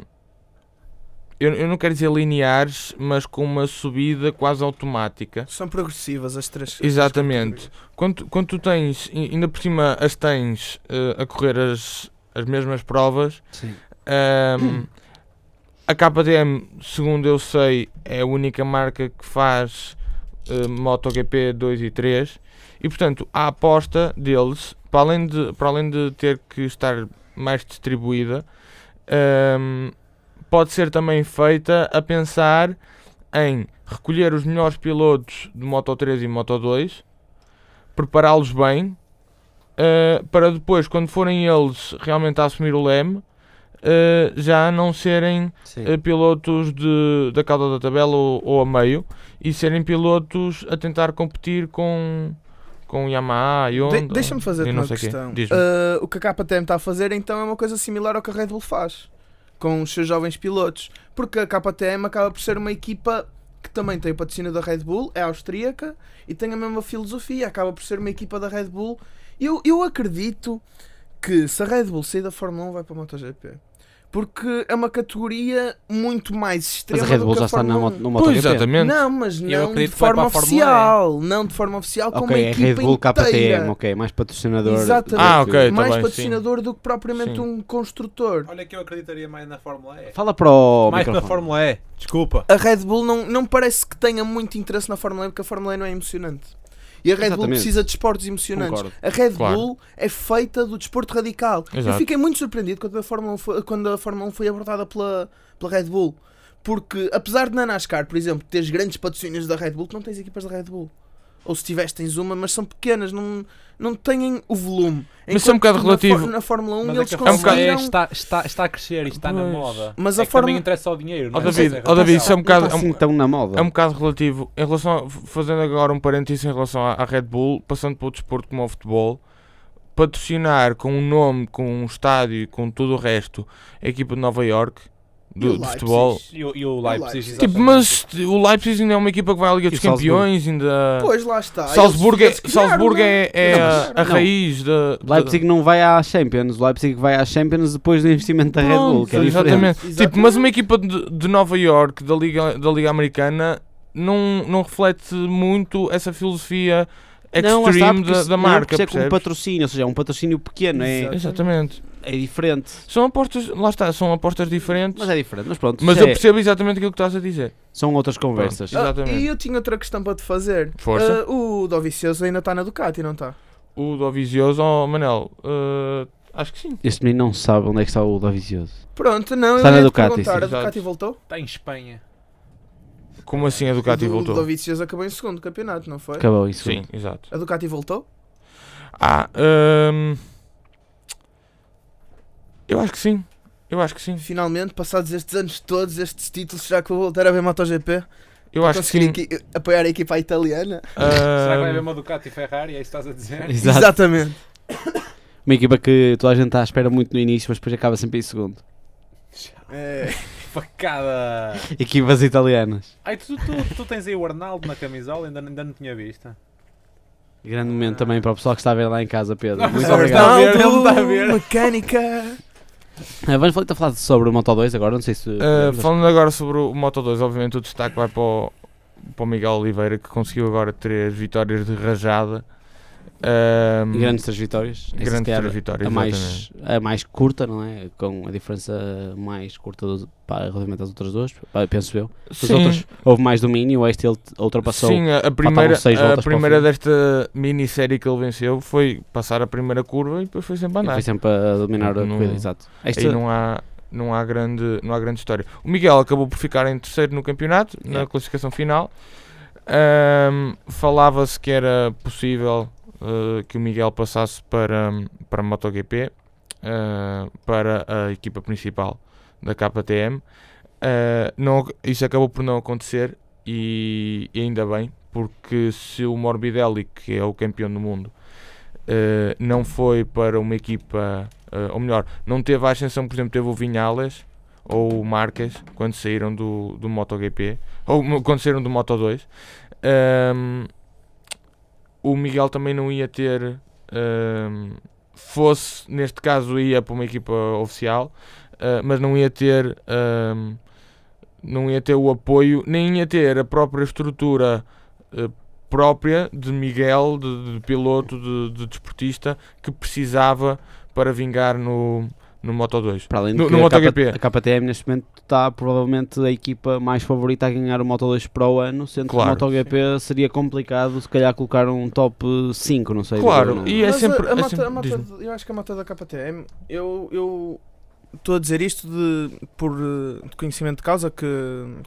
S4: eu, eu não quero dizer lineares, mas com uma subida quase automática.
S5: São progressivas as três. as
S4: Exatamente.
S5: três categorias.
S4: Quando, tu- quando tu tens, e ainda por cima as tens eh, a correr as, as mesmas provas,
S3: Sim.
S4: Ahm, a KTM, segundo eu sei, é a única marca que faz eh, MotoGP 2 e 3 e portanto a aposta deles, para além de, para além de ter que estar mais distribuída, ahm, pode ser também feita a pensar em recolher os melhores pilotos de Moto 3 e Moto 2, prepará-los bem, eh, para depois, quando forem eles realmente a assumir o leme, eh, já não serem
S3: Sim.
S4: eh, pilotos de, da cauda da tabela ou, ou a meio e serem pilotos a tentar competir com, com Yamaha e Honda.
S5: De- Deixa-me fazer
S4: e não
S5: uma
S4: sei quê.
S5: questão.
S4: Diz-me.
S5: Ah, o que a KTM está a fazer então é uma coisa similar ao que a Red Bull faz com os seus jovens pilotos. Porque a KTM acaba por ser uma equipa que também tem o patrocínio da Red Bull, é austríaca e tem a mesma filosofia. Acaba por ser uma equipa da Red Bull. Eu, eu acredito que se a Red Bull sair da Fórmula 1 vai para a MotoGP. Porque é uma categoria muito mais
S3: Mas
S5: extrema.
S3: a Red
S5: do
S3: Bull
S5: que
S3: já
S5: a
S3: está na
S5: Fórmula
S3: moto,
S5: 1.
S3: no MotoGP.
S4: Pois, exatamente.
S5: Não, mas não de
S1: acredito que vai
S5: forma
S1: para a Fórmula um. E.
S5: oficial. Não de forma oficial, como
S3: Ok, é
S5: equipa
S3: Red Bull
S5: inteira.
S3: KTM, ok, mais patrocinador.
S5: Exatamente.
S3: do
S4: Ah,
S3: que-
S4: ok. Eu
S5: mais
S4: também,
S5: patrocinador do que propriamente
S4: Sim.
S5: um construtor.
S1: Olha que eu acreditaria mais na Fórmula E.
S3: Fala para o
S1: mais na
S3: microfone.
S1: Fórmula E. Desculpa.
S5: A Red Bull não, não parece que tenha muito interesse na Fórmula E porque a Fórmula E não é emocionante. E a Red Bull
S3: Exatamente.
S5: precisa de esportes emocionantes.
S3: Concordo.
S5: A Red
S4: Claro.
S5: Bull é feita do desporto radical. Eu
S4: Exato.
S5: fiquei muito surpreendido quando a Fórmula 1 foi, quando a Fórmula 1 foi abordada pela, pela Red Bull. Porque, apesar de na NASCAR, por exemplo, teres grandes patrocínios da Red Bull, tu não tens equipas da Red Bull. Ou se tiveres, tens uma, mas são pequenas, não, não têm o volume.
S4: Mas isso é um
S5: Enquanto
S4: bocado
S5: que na Fór-
S4: relativo.
S5: Na Fórmula 1
S1: Mas
S5: eles
S1: é que a
S5: conseguiram...
S1: Fórmula E está, está, está a crescer e está
S4: Pois.
S1: na moda.
S5: Mas
S1: É
S5: a
S1: que
S5: Fórmula-
S1: também interessa ao dinheiro. não
S4: Ó
S1: é?
S4: David,
S1: Essa é
S4: ó,
S1: a
S4: David,
S1: razão.
S4: isso é um bocado, é
S3: Está
S4: um,
S3: assim tão na moda.
S4: é um bocado relativo. Em relação a- fazendo agora um parênteses em relação à, à Red Bull, passando para o desporto como o futebol, patrocinar com um nome, com um estádio e com tudo o resto a equipa de Nova York do, do futebol.
S1: E o, e o Leipzig, exatamente.
S4: Tipo, mas o Leipzig ainda é uma equipa que vai à Liga
S3: E
S4: dos
S3: o Salzburgo?
S4: Campeões, ainda.
S5: Pois lá está.
S4: Ah. Salzburgo é,
S5: Eles- eles criaram,
S4: Salzburgo
S5: não
S4: é, é
S5: Não, Ah,
S4: a, a
S3: mas-
S4: raiz da. da-
S3: Leipzig não vai à Champions, o Leipzig vai à Champions depois do investimento da Red Bull, que é
S4: Pronto,
S3: diferente.
S4: exatamente. Tipo, mas uma equipa de, de Nova York da Liga, da Liga Americana não, não reflete muito essa filosofia
S3: não, lá está,
S4: extreme
S3: porque
S4: da,
S3: isso-
S4: da
S3: não,
S4: marca.
S3: porque isso é com um
S4: percebes?
S3: patrocínio, ou seja, é um patrocínio pequeno, é,
S4: Exatamente.
S3: é diferente.
S4: São apostas, lá está, são apostas diferentes.
S3: Mas
S4: Mas,
S3: é diferente, mas pronto,
S4: eu
S3: isso é-
S4: percebo exatamente aquilo que estás a dizer.
S3: são outras conversas.
S4: Pronto.
S5: Ah,
S4: Exatamente.
S5: e eu tinha outra questão para te fazer.
S4: Força.
S5: Ah, o Dovizioso ainda está na Ducati, não está?
S4: O Dovizioso, oh Manel, eh, acho que sim.
S3: Este menino não sabe onde é que está o Dovizioso.
S5: Pronto, não,
S3: Está
S5: eu
S3: na
S5: ia te
S3: Ducati,
S5: perguntar,
S4: sim.
S5: a Ducati
S4: Exato.
S5: voltou?
S1: Está em Espanha.
S4: Como assim a Ducati
S5: o
S4: voltou?
S5: Dovizioso acabou em segundo campeonato, não foi?
S3: Acabou isso.
S4: Sim, exato.
S5: A Ducati voltou?
S4: Ah, ehm, eu acho que sim. Eu acho que sim.
S5: Finalmente, passados estes anos todos, estes títulos, será que vou voltar a ver MotoGP?
S4: Eu acho que
S5: Conseguir
S4: sim.
S5: equi- apoiar a equipa italiana?
S1: Será que vai
S4: Ehm,
S1: haver uma Ducati e Ferrari? É isso que estás a dizer?
S3: Exato.
S5: Exatamente.
S3: Uma equipa que toda a gente está à espera muito no início, mas depois acaba sempre em segundo.
S5: É,
S1: Facada!
S3: Equipas italianas.
S1: Ai, tu, tu, tu tens aí o Arnaldo na camisola, ainda, ainda não tinha visto.
S3: Grande momento também para o pessoal que está a ver lá em casa, Pedro.
S1: Não,
S4: é
S3: Muito
S1: mas-
S3: obrigado.
S1: a ver, ele está a ver.
S5: Ronaldo, mecânica.
S3: Ah, Vamos falar, então, falar sobre o Moto 2 agora, não sei se...
S4: Uh, falando agora sobre o Moto 2, obviamente o destaque vai para o, para o Miguel Oliveira que conseguiu agora três vitórias de rajada. Um,
S3: Grandes três vitórias. Essa, se
S4: grandes
S3: calhar,
S4: três vitórias.
S3: a
S4: exatamente.
S3: mais, a mais curta, não é? Com a diferença mais curta do, pá, relativamente às outras duas, pá, penso eu. As
S4: Sim.
S3: outras houve mais domínio, este ele t- ultrapassou.
S4: Sim, a- a primeira,
S3: seis
S4: a
S3: voltas para o
S4: primeira
S3: fim.
S4: desta minissérie que ele venceu foi passar a primeira curva e depois foi sempre a
S3: e
S4: andar.
S3: foi sempre a dominar a
S4: é? Não-
S3: corrida, exato. Esta,
S4: Aí não há, não, há grande, não há grande história. O Miguel acabou por ficar em terceiro no campeonato, na
S3: Yeah.
S4: classificação final. Ahm, Falava-se que era possível eh, que o Miguel passasse para, para a MotoGP, ah, para a equipa principal da KTM. Ah, não, ac- isso acabou por não acontecer e, e ainda bem, porque se o Morbidelli, que é o campeão do mundo, eh, não foi para uma equipa, eh, ou melhor, não teve a ascensão, por exemplo, teve o Vinhales ou o Marques quando saíram do, do MotoGP, ou mo- quando saíram do Moto2, ehm, o Miguel também não ia ter, ehm, fosse, neste caso ia para uma equipa oficial, eh, mas não ia ter... ehm, não ia ter o apoio, nem ia ter a própria estrutura eh, própria de Miguel, de, de piloto, de, de desportista, que precisava para vingar no, no Moto 2.
S3: para além de
S4: no-
S3: que
S4: no
S3: a,
S4: MotoGP.
S3: KT a KTM é neste momento está provavelmente a equipa mais favorita a ganhar o Moto 2 para o ano, sendo
S4: Claro.
S3: que o MotoGP seria complicado se calhar colocar um top 5, não sei.
S4: Claro,
S3: não-
S4: e é
S5: Mas
S4: sempre-
S5: a, a
S4: é
S5: moto-
S4: sempre-
S5: a moto-
S4: diz-me.
S5: eu acho que a moto da KTM, eu eu estou a dizer isto de por eh, de conhecimento de causa que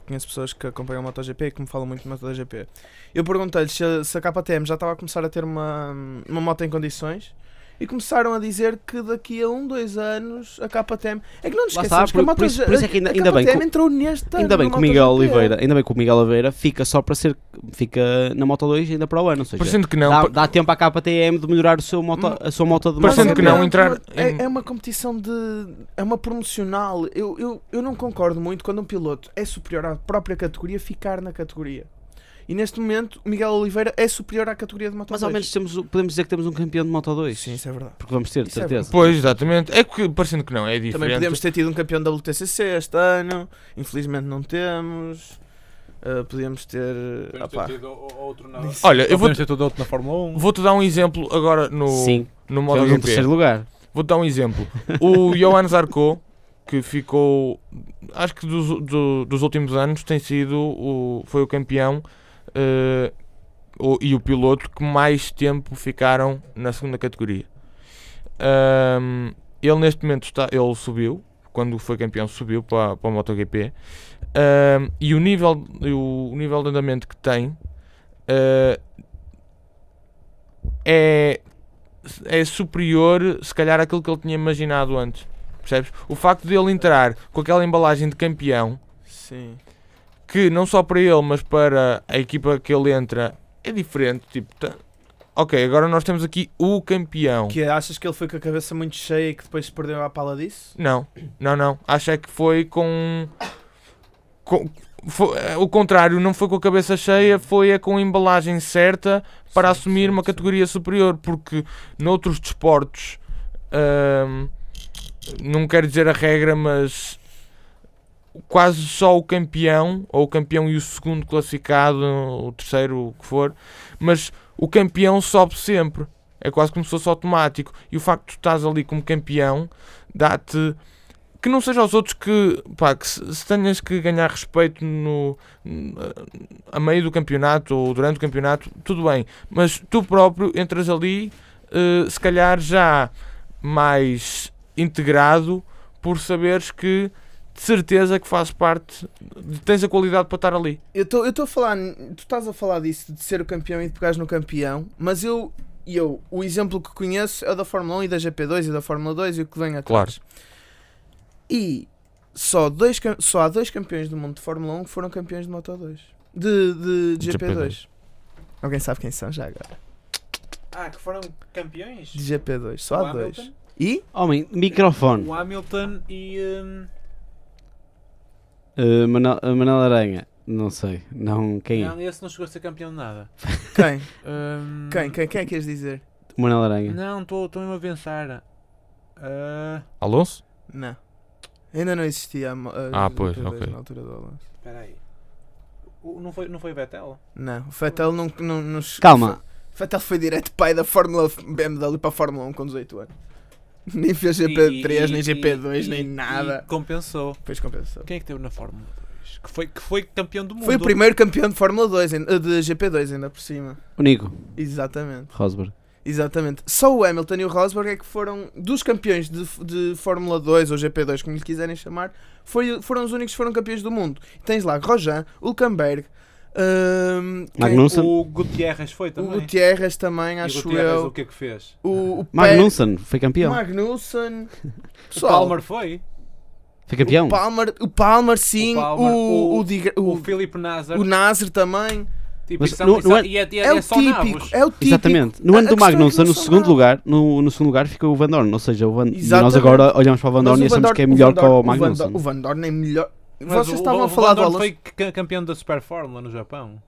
S5: conheço pessoas que acompanham a MotoGP e que me falam muito de MotoGP. Eu perguntei-lhes se, a- se a KTM já estava a começar a ter uma uma moto em condições. E começaram a dizer que daqui a um, dois anos a KTM. É que não nos
S3: Lá está,
S5: esqueçamos que
S3: por-
S5: a
S3: por
S5: moto
S3: isso- por isso é que ainda-
S5: a
S3: ainda bem
S5: KTM
S3: que o-
S5: entrou neste
S3: Ainda bem que o Miguel Oliveira, ainda bem que o Miguel Oliveira fica só para ser fica na Moto 2 ainda para o ano, ou seja,
S4: Parecendo que não,
S3: é. dá,
S4: pa-
S3: dá tempo à KTM de melhorar o seu moto, a sua moto de
S4: Parecendo
S3: moto.
S4: que não,
S5: uma-
S4: entrar
S5: É,
S4: em-
S5: é uma competição de. É uma promocional. Eu, eu, eu não concordo muito quando um piloto é superior à própria categoria ficar na categoria. E neste momento, o Miguel Oliveira é superior à categoria de Moto
S3: Mas ao
S5: 2.
S3: menos temos, o- podemos dizer que temos um campeão de Moto 2.
S5: Sim, isso é verdade.
S3: Porque vamos ter, de
S5: Isso é
S3: certeza.
S4: Pois, exatamente. É que parecendo que não, é diferente.
S5: Também podemos ter tido um campeão da WTCC este ano. Infelizmente não temos. Ah, podíamos ter. ah, pá.
S1: outro na...
S4: Olha, eu vou-
S1: ter todo outro na Fórmula 1.
S4: Vou-te dar um exemplo agora no,
S3: Sim, tivemos
S4: no
S3: um
S4: MotoGP.
S3: terceiro lugar.
S4: Vou-te dar um exemplo. O Johannes Arco, que ficou, acho que dos, do- dos últimos anos, tem sido o, foi o campeão eh, o- e o piloto que mais tempo ficaram na segunda categoria. Ahm, ele neste momento está, ele subiu, quando foi campeão subiu para, para a MotoGP Ahm, e o nível, e o, o nível de andamento que tem eh, é é superior, se calhar, àquilo que ele tinha imaginado antes. Percebes? O facto de ele entrar com aquela embalagem de campeão,
S5: Sim.
S4: que não só para ele, mas para a equipa que ele entra, é diferente. Tipo, tá- Ok, agora nós temos aqui o campeão.
S5: Que achas que ele foi com a cabeça muito cheia e que depois perdeu a pala disso?
S4: Não, não, não. Acho é que foi com. com- fo- eh, o contrário, não foi com a cabeça cheia, foi a com a embalagem certa para
S6: Sim,
S4: assumir
S6: sim,
S4: uma
S6: sim.
S4: categoria superior, porque noutros desportos, ahm, não quero dizer a regra, mas quase só o campeão, ou o campeão e o segundo classificado, o terceiro, o que for, mas o campeão sobe sempre. É quase como se fosse automático. E o facto de tu estás ali como campeão dá-te. Que não seja aos outros que, pá, que se se tenhas que ganhar respeito no, a meio do campeonato ou durante o campeonato, tudo bem. Mas tu próprio entras ali, eh, se calhar já mais integrado por saberes que de certeza que fazes parte, de- tens a qualidade para estar ali.
S5: Eu estou a falar. Tu estás a falar disso, de ser o campeão e de pegares no campeão, mas eu. Eu, o exemplo que conheço é o da Fórmula 1 e da GP2 e da Fórmula 2 e o que vem atrás.
S4: Claro.
S5: E só, dois, cam- só há dois campeões do mundo de Fórmula 1 que foram campeões de Moto 2. De, de,
S4: De
S5: GP2.
S4: GP2.
S5: Alguém sabe quem são já agora?
S2: Ah, que foram campeões?
S5: De GP2. Só
S2: o
S5: há dois.
S2: Hamilton,
S5: E?
S3: Homem, microfone.
S2: o Hamilton e. hum,
S3: Eh, Manel, eh, Manel Aranha. Não sei. Não, quem é?
S2: Não, esse não chegou a ser campeão de nada.
S5: Quem?
S2: Hum,
S5: Quem? Quem, quem é que queres dizer?
S3: Manel Aranha.
S2: Não, estou mesmo a pensar. Ah,
S4: Alonso?
S5: Não. Ainda não existia a, mo- a
S4: Ah,
S5: GP2
S4: pois, ok.
S5: na altura do Alonso.
S2: Espera aí. O- Não foi, não foi Vettel?
S5: Não, o Vettel não, não, não che-
S3: Calma.
S5: O Vettel foi direto pai da Fórmula F- BMW para a Fórmula 1 com 18 anos. Nem fez GP3,
S2: E-
S5: nem
S2: e-
S5: GP2,
S2: e-
S5: nem
S2: e
S5: nada.
S2: compensou.
S5: Depois compensou.
S2: Quem é que teve na Fórmula 2? Que foi, que foi campeão do mundo.
S5: Foi o primeiro campeão de Fórmula 2, ainda- de GP2 ainda por cima.
S3: O Nico.
S5: Exatamente,
S3: Rosberg.
S5: exatamente. Só o Hamilton e o Rosberg é que foram dos campeões de, de Fórmula 2 ou GP2, como lhe quiserem chamar, foi- foram os únicos que foram campeões do mundo. Tens lá Rojan, Hulkenberg, hum, quem-
S3: Magnussen.
S2: O Gutierrez foi
S5: o
S2: também.
S5: Gutierrez também,
S2: E o
S5: acho
S2: Gutierrez o
S5: eu.
S2: que é que fez?
S5: O, o Pe-
S3: Magnussen. Foi campeão.
S5: Magnussen.
S2: O
S5: Pessoal,
S2: Palmer foi?
S3: Foi campeão.
S5: O Palmer, o Palmer sim,
S2: O
S5: o,
S2: Palmer,
S5: o,
S2: o-
S5: Digra-
S2: O,
S5: o,
S2: Filipe Nasser.
S5: o Nasser também.
S2: Tipo,
S3: Mas
S2: e são-
S3: não-
S2: e são-
S3: não é-
S2: e é, e é-
S5: É,
S2: é
S5: o
S2: só
S5: típico,
S2: nabos.
S5: é o típico.
S3: Exatamente. No
S5: A-
S3: ano
S5: a
S3: do
S5: questão é que
S3: Magnussen,
S5: não
S3: no
S5: são
S3: segundo
S5: nada.
S3: lugar, no, no segundo lugar fica o Van Dorn. Ou seja, o Van, nós
S5: Exatamente.
S3: agora olhamos para o Van Dorn e
S5: Mas o Van
S3: achamos que é
S5: Dorn- o
S3: melhor
S5: Van
S3: que o
S5: Dorn- Van
S3: Magnussen.
S5: Dorn- O Van Dorn é melhor.
S2: Mas
S5: Vocês
S2: o-
S5: estavam
S2: o
S5: a falar do
S2: Van Dorn
S5: Alonso.
S2: foi
S5: Foi...
S2: ca- campeão da Super Fórmula no Japão.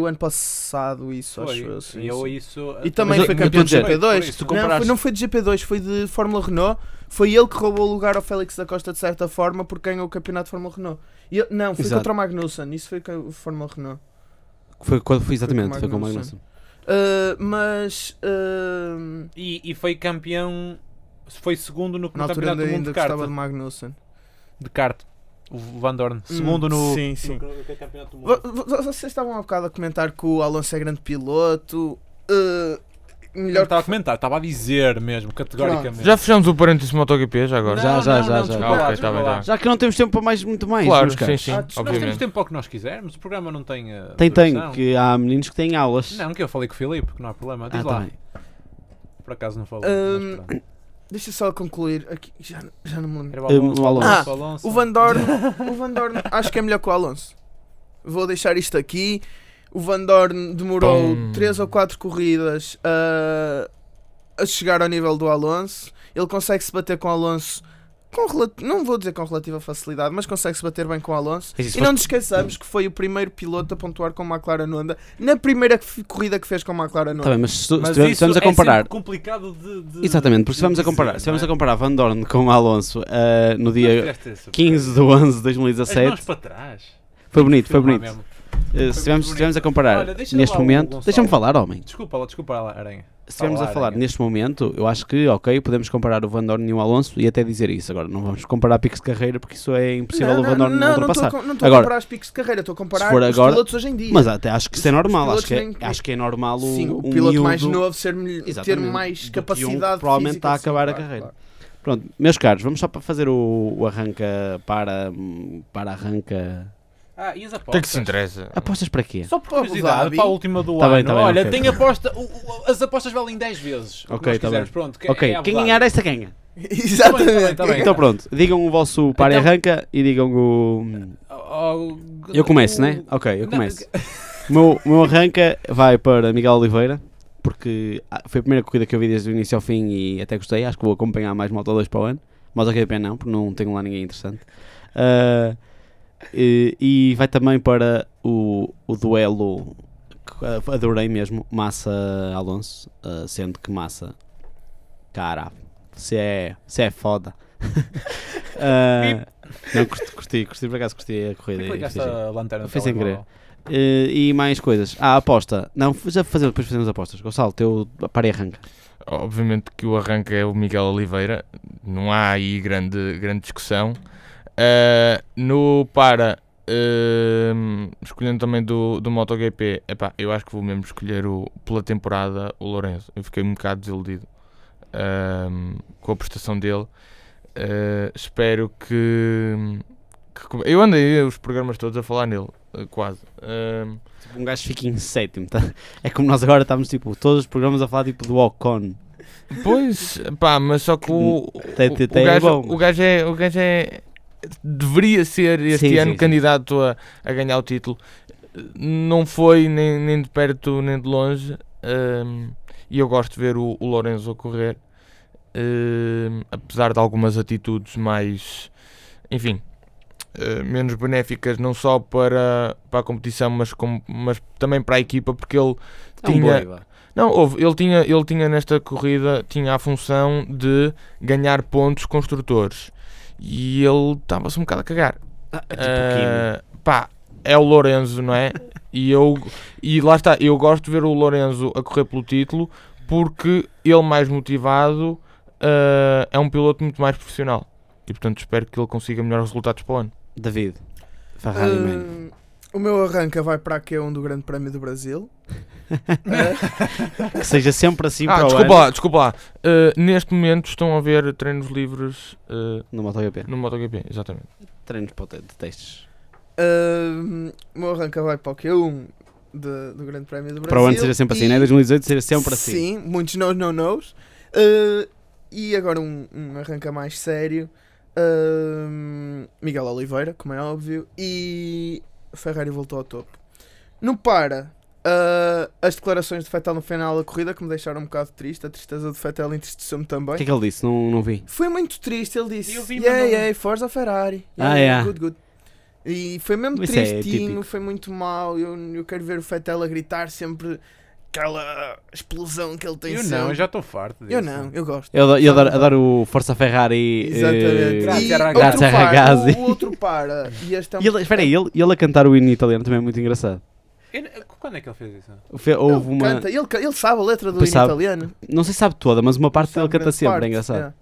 S5: o ano passado isso,
S2: Foi.
S5: acho eu. sim,
S2: e eu
S5: sim.
S2: isso. eh,
S5: E também
S3: eu-
S5: foi
S3: eu tô
S5: campeão de
S3: dizendo-
S2: Foi
S5: GP2.
S2: por isso,
S5: não, foi-
S2: comparaste.
S5: não foi de GP2, foi de Fórmula Renault. Foi ele que roubou o lugar ao Félix da Costa, de certa forma, porque ganhou o campeonato de Fórmula Renault. E ele- não, foi
S3: Exato.
S5: contra o Magnussen. Isso foi com o Fórmula Renault.
S3: Foi, quando- foi exatamente,
S5: Foi
S3: foi
S5: com
S3: com o
S5: Magnussen.
S3: Magnussen.
S5: Ah, mas. ah,
S2: E, e foi campeão. Foi segundo no, no
S5: na altura
S2: campeonato
S5: ainda,
S2: do mundo
S5: ainda
S2: de kart.
S5: gostava de Magnussen.
S2: De kart. O Van Dorn. Segundo no.
S5: Sim, sim.
S2: no- no é campeonato do
S5: Vo-
S2: mundo.
S5: vo- Vocês estavam há bocado a comentar que o Alonso é grande piloto. ah, melhor
S2: Não tá. estava a comentar, estava a dizer mesmo, categoricamente.
S4: Já fechamos o parênteses MotoGP já agora?
S2: Não,
S3: Já, já,
S2: não,
S3: já,
S2: não,
S3: já.
S2: desculpa
S4: Ah,
S2: lá,
S4: ok, tá bem,
S2: desculpa
S4: tá
S2: lá.
S4: bem.
S3: Já que não temos tempo para mais, muito mais.
S4: claro,
S3: meus caros.
S4: sim, sim,
S5: Ah, nós temos
S2: Nós temos
S4: obviamente.
S2: tempo para o que nós quisermos, o programa não tem. eh,
S3: Tem, tem,
S2: duração.
S3: que há meninos que têm aulas.
S2: Não, que eu falei com o Filipe, que não há problema. Diz
S3: Ah, tá
S2: lá,
S3: bem.
S2: por acaso não falou.
S5: Hum, Deixa só concluir aqui. Já, já não me lembro.
S2: Era o Alonso.
S3: hum, o Alonso.
S2: Alonso,
S5: Ah,
S2: Alonso.
S5: O Van Dorn, o Van Dorn acho que é melhor que o Alonso. Vou deixar isto aqui. O Van Dorn demorou
S4: Pum.
S5: 3 ou 4 corridas a, a chegar ao nível do Alonso. Ele consegue se bater com o Alonso. Com rela- não vou dizer com relativa facilidade, mas consegue-se bater bem com o Alonso.
S3: Mas É isso
S5: E não nos esqueçamos que foi o primeiro piloto a pontuar com a McLaren Honda na primeira que f- corrida que fez com a McLaren
S3: Tá
S5: Honda.
S3: bem, mas se, se
S2: Mas
S3: tivermos-
S2: isso
S3: estamos a
S2: é sempre
S3: comparar.
S2: complicado de. de-
S3: Exatamente, porque se
S2: de
S3: vamos a
S2: dizer,
S3: comparar,
S2: não
S3: se vamos
S2: é?
S3: a comparar Van Dorn com Alonso ah, no dia
S2: Mas É fizeste isso,
S3: 15 de 11 de
S2: As mãos
S3: 2017,
S2: para trás.
S3: foi bonito, foi
S2: Filma lá
S3: bonito.
S2: mesmo.
S3: Ah, Se estivermos
S2: bonito.
S3: a comparar
S2: Olha, deixa
S3: neste
S2: lá o
S3: momento,
S2: Gonçalo.
S3: deixa-me falar, homem.
S2: Desculpa lá, desculpa lá, Aranha.
S3: Se estivermos a
S2: Falar,
S3: falar
S2: Aranha.
S3: neste momento, eu acho que, ok, podemos comparar o Van Dorn e o Alonso e até dizer isso. Agora, não vamos comparar picos de carreira porque isso é impossível o Van Dorn não,
S5: não estou
S3: ultrapassar.
S5: a com- não estou a
S3: Agora,
S5: comparar os picos de carreira, estou a comparar
S3: se for
S5: os
S3: agora-
S5: pilotos hoje em dia.
S3: Mas até acho que isso é normal, acho
S5: pilotos
S3: que é,
S5: nem-
S3: acho que é normal o,
S5: Sim, o
S3: um
S5: piloto mais
S3: miúdo-
S5: novo ser melhor- ter
S3: Exatamente. Do
S5: mais
S3: que um
S5: capacidade
S3: que provavelmente
S5: física,
S3: está a
S5: sim,
S3: acabar a
S5: claro,
S3: carreira.
S5: claro.
S3: Pronto, meus caros, vamos só para fazer o, o arranca para, hum, para arranca.
S2: Ah, e as
S4: O que é que
S2: apostas?
S4: se interessa?
S3: Apostas para quê?
S2: Só por
S5: Abu
S2: curiosidade,
S5: Dhabi.
S2: para a última do
S3: Tá
S2: ano.
S3: bem, tá bem,
S2: Olha,
S3: ok.
S2: tem aposta. o- o- as apostas valem 10 vezes. O que
S3: Ok,
S2: nós
S3: tá
S2: quisermos,
S3: bem.
S2: pronto. que
S3: ok,
S2: é Abu
S3: quem
S2: Dhabi.
S3: ganhar esta ganha.
S5: Exatamente.
S2: Tá bem.
S3: Então pronto, digam o vosso para e
S2: Então-
S3: arranca e digam o.
S2: Oh, oh,
S3: Eu começo,
S2: o-
S3: né? Ok, eu
S2: Não,
S3: começo. O meu, o meu arranca vai para é- Miguel Oliveira, porque ah, foi a primeira corrida que eu vi desde o início ao fim e até gostei. Acho que vou acompanhar mais Moto 2 para o ano. MotoGP não, porque não tenho lá ninguém interessante. Ah, e, e vai também para o, o duelo que ah, adorei mesmo, Massa-Alonso, ah, sendo que Massa, cara, se é, se é foda. Ah, não, curti, curti, curti, por acaso curti a corrida. é
S2: Clica
S3: e
S2: esta
S3: fiz giro.
S2: lanterna tá do
S3: Foi sem
S2: telemóvel.
S3: Eh, e mais coisas. Ah, aposta. Não, f- já fazer, depois fazemos apostas. Gonçalo, teu para e arranca.
S4: Obviamente que o arranque é o Miguel Oliveira, não há aí grande, grande discussão. Ah, no para, ehm, escolhendo também do, do MotoGP, epá, eu acho que vou mesmo escolher o, pela temporada o Lourenço. Eu fiquei um bocado desiludido ahm, com a prestação dele. Ah, espero que, que come- Eu andei os programas todos a falar nele, eh, quase. Ah, Ahm,
S3: Tipo, um gajo fica em sétimo. tá? É como nós agora estamos, tipo, todos os programas a falar, tipo, do Ocon.
S4: Pois, pá, mas só que o, o,
S3: Tem- tem- tem
S4: o gajo,
S3: bom.
S4: o gajo é. O gajo é deveria ser este
S3: Sim, sim,
S4: ano
S3: sim.
S4: candidato A, a ganhar o título. Não foi nem, nem de perto nem de longe. hum, e eu gosto de ver o, o Lorenzo correr. hum, apesar de algumas atitudes mais. Enfim. eh, menos benéficas não só para, para a competição mas, como, mas também para a equipa porque ele
S3: É
S2: Tá
S3: um
S4: Tinha-
S3: Bolívar.
S4: não, houve. Ele tinha, ele tinha nesta corrida tinha a função de ganhar pontos construtores e ele estava-se um bocado a cagar.
S3: Ah, é tipo
S5: Eh,
S3: Kimi.
S4: Ah, pá, é o Lorenzo, não é? E, eu, e lá está, eu gosto de ver o Lorenzo a correr pelo título porque ele, mais motivado, ah, é um piloto muito mais profissional. E portanto espero que ele consiga melhores resultados para o ano.
S3: David. Ferrari,
S5: Ah,
S3: man.
S5: o meu arranca vai para a Q1 do Grande Prémio do Brasil. Ah,
S3: Que seja sempre assim
S4: Ah,
S3: para
S4: desculpa
S3: o ano.
S4: lá, desculpa lá. Ah, neste momento estão a haver treinos livres ah,
S3: No MotoGP.
S4: no MotoGP, exatamente.
S3: Treinos para o te- de testes.
S5: ah, o meu arranca vai para o Q1 de- do Grande Prémio do Brasil.
S3: Para o ano seja sempre assim,
S5: E-
S3: né? 2018 seja sempre assim.
S5: Sim, muitos não, não, nós. Ah, e agora um, um arranca mais sério. Ah, Miguel Oliveira, como é óbvio. E Ferrari voltou ao topo. Não para. ah, as declarações de Fettel no final da corrida que me deixaram um bocado triste. A tristeza de Fettel entristeceu-me também.
S3: O que é que ele disse? Não, não vi.
S5: Foi muito triste, ele disse.
S2: Eu vi, mas
S5: yeah,
S2: não-
S5: yeah, Forza Ferrari. Yeah,
S3: Ah, yeah.
S5: Good, good. E foi mesmo
S3: Isso é
S5: tristinho,
S3: típico.
S5: foi muito mal. Eu, eu quero ver o Fettel a gritar sempre aquela explosão que ele tem
S2: Eu
S5: sempre.
S2: não, eu já estou farto disso.
S5: Eu não, eu gosto.
S3: Eu, adoro- eu adoro, adoro o Força Ferrari. eh,
S5: Exatamente.
S2: Grazie,
S5: e
S2: ragazzi.
S5: outro
S3: Grazie,
S5: para,
S3: ragazzi.
S5: O, o outro para. E este é um-
S3: E ele, espera aí, ele, ele a cantar o hino italiano também é muito engraçado.
S2: Eu- Quando é que ele fez isso?
S3: Fe-
S5: Ele
S3: Houve uma.
S5: canta, ele, ca- ele sabe a letra do
S3: Pois
S5: hino
S3: sabe.
S5: italiano.
S3: Não sei se sabe toda, mas uma parte dele
S5: Sabe
S3: canta
S5: grande
S3: sempre,
S5: parte,
S3: é engraçado.
S5: yeah.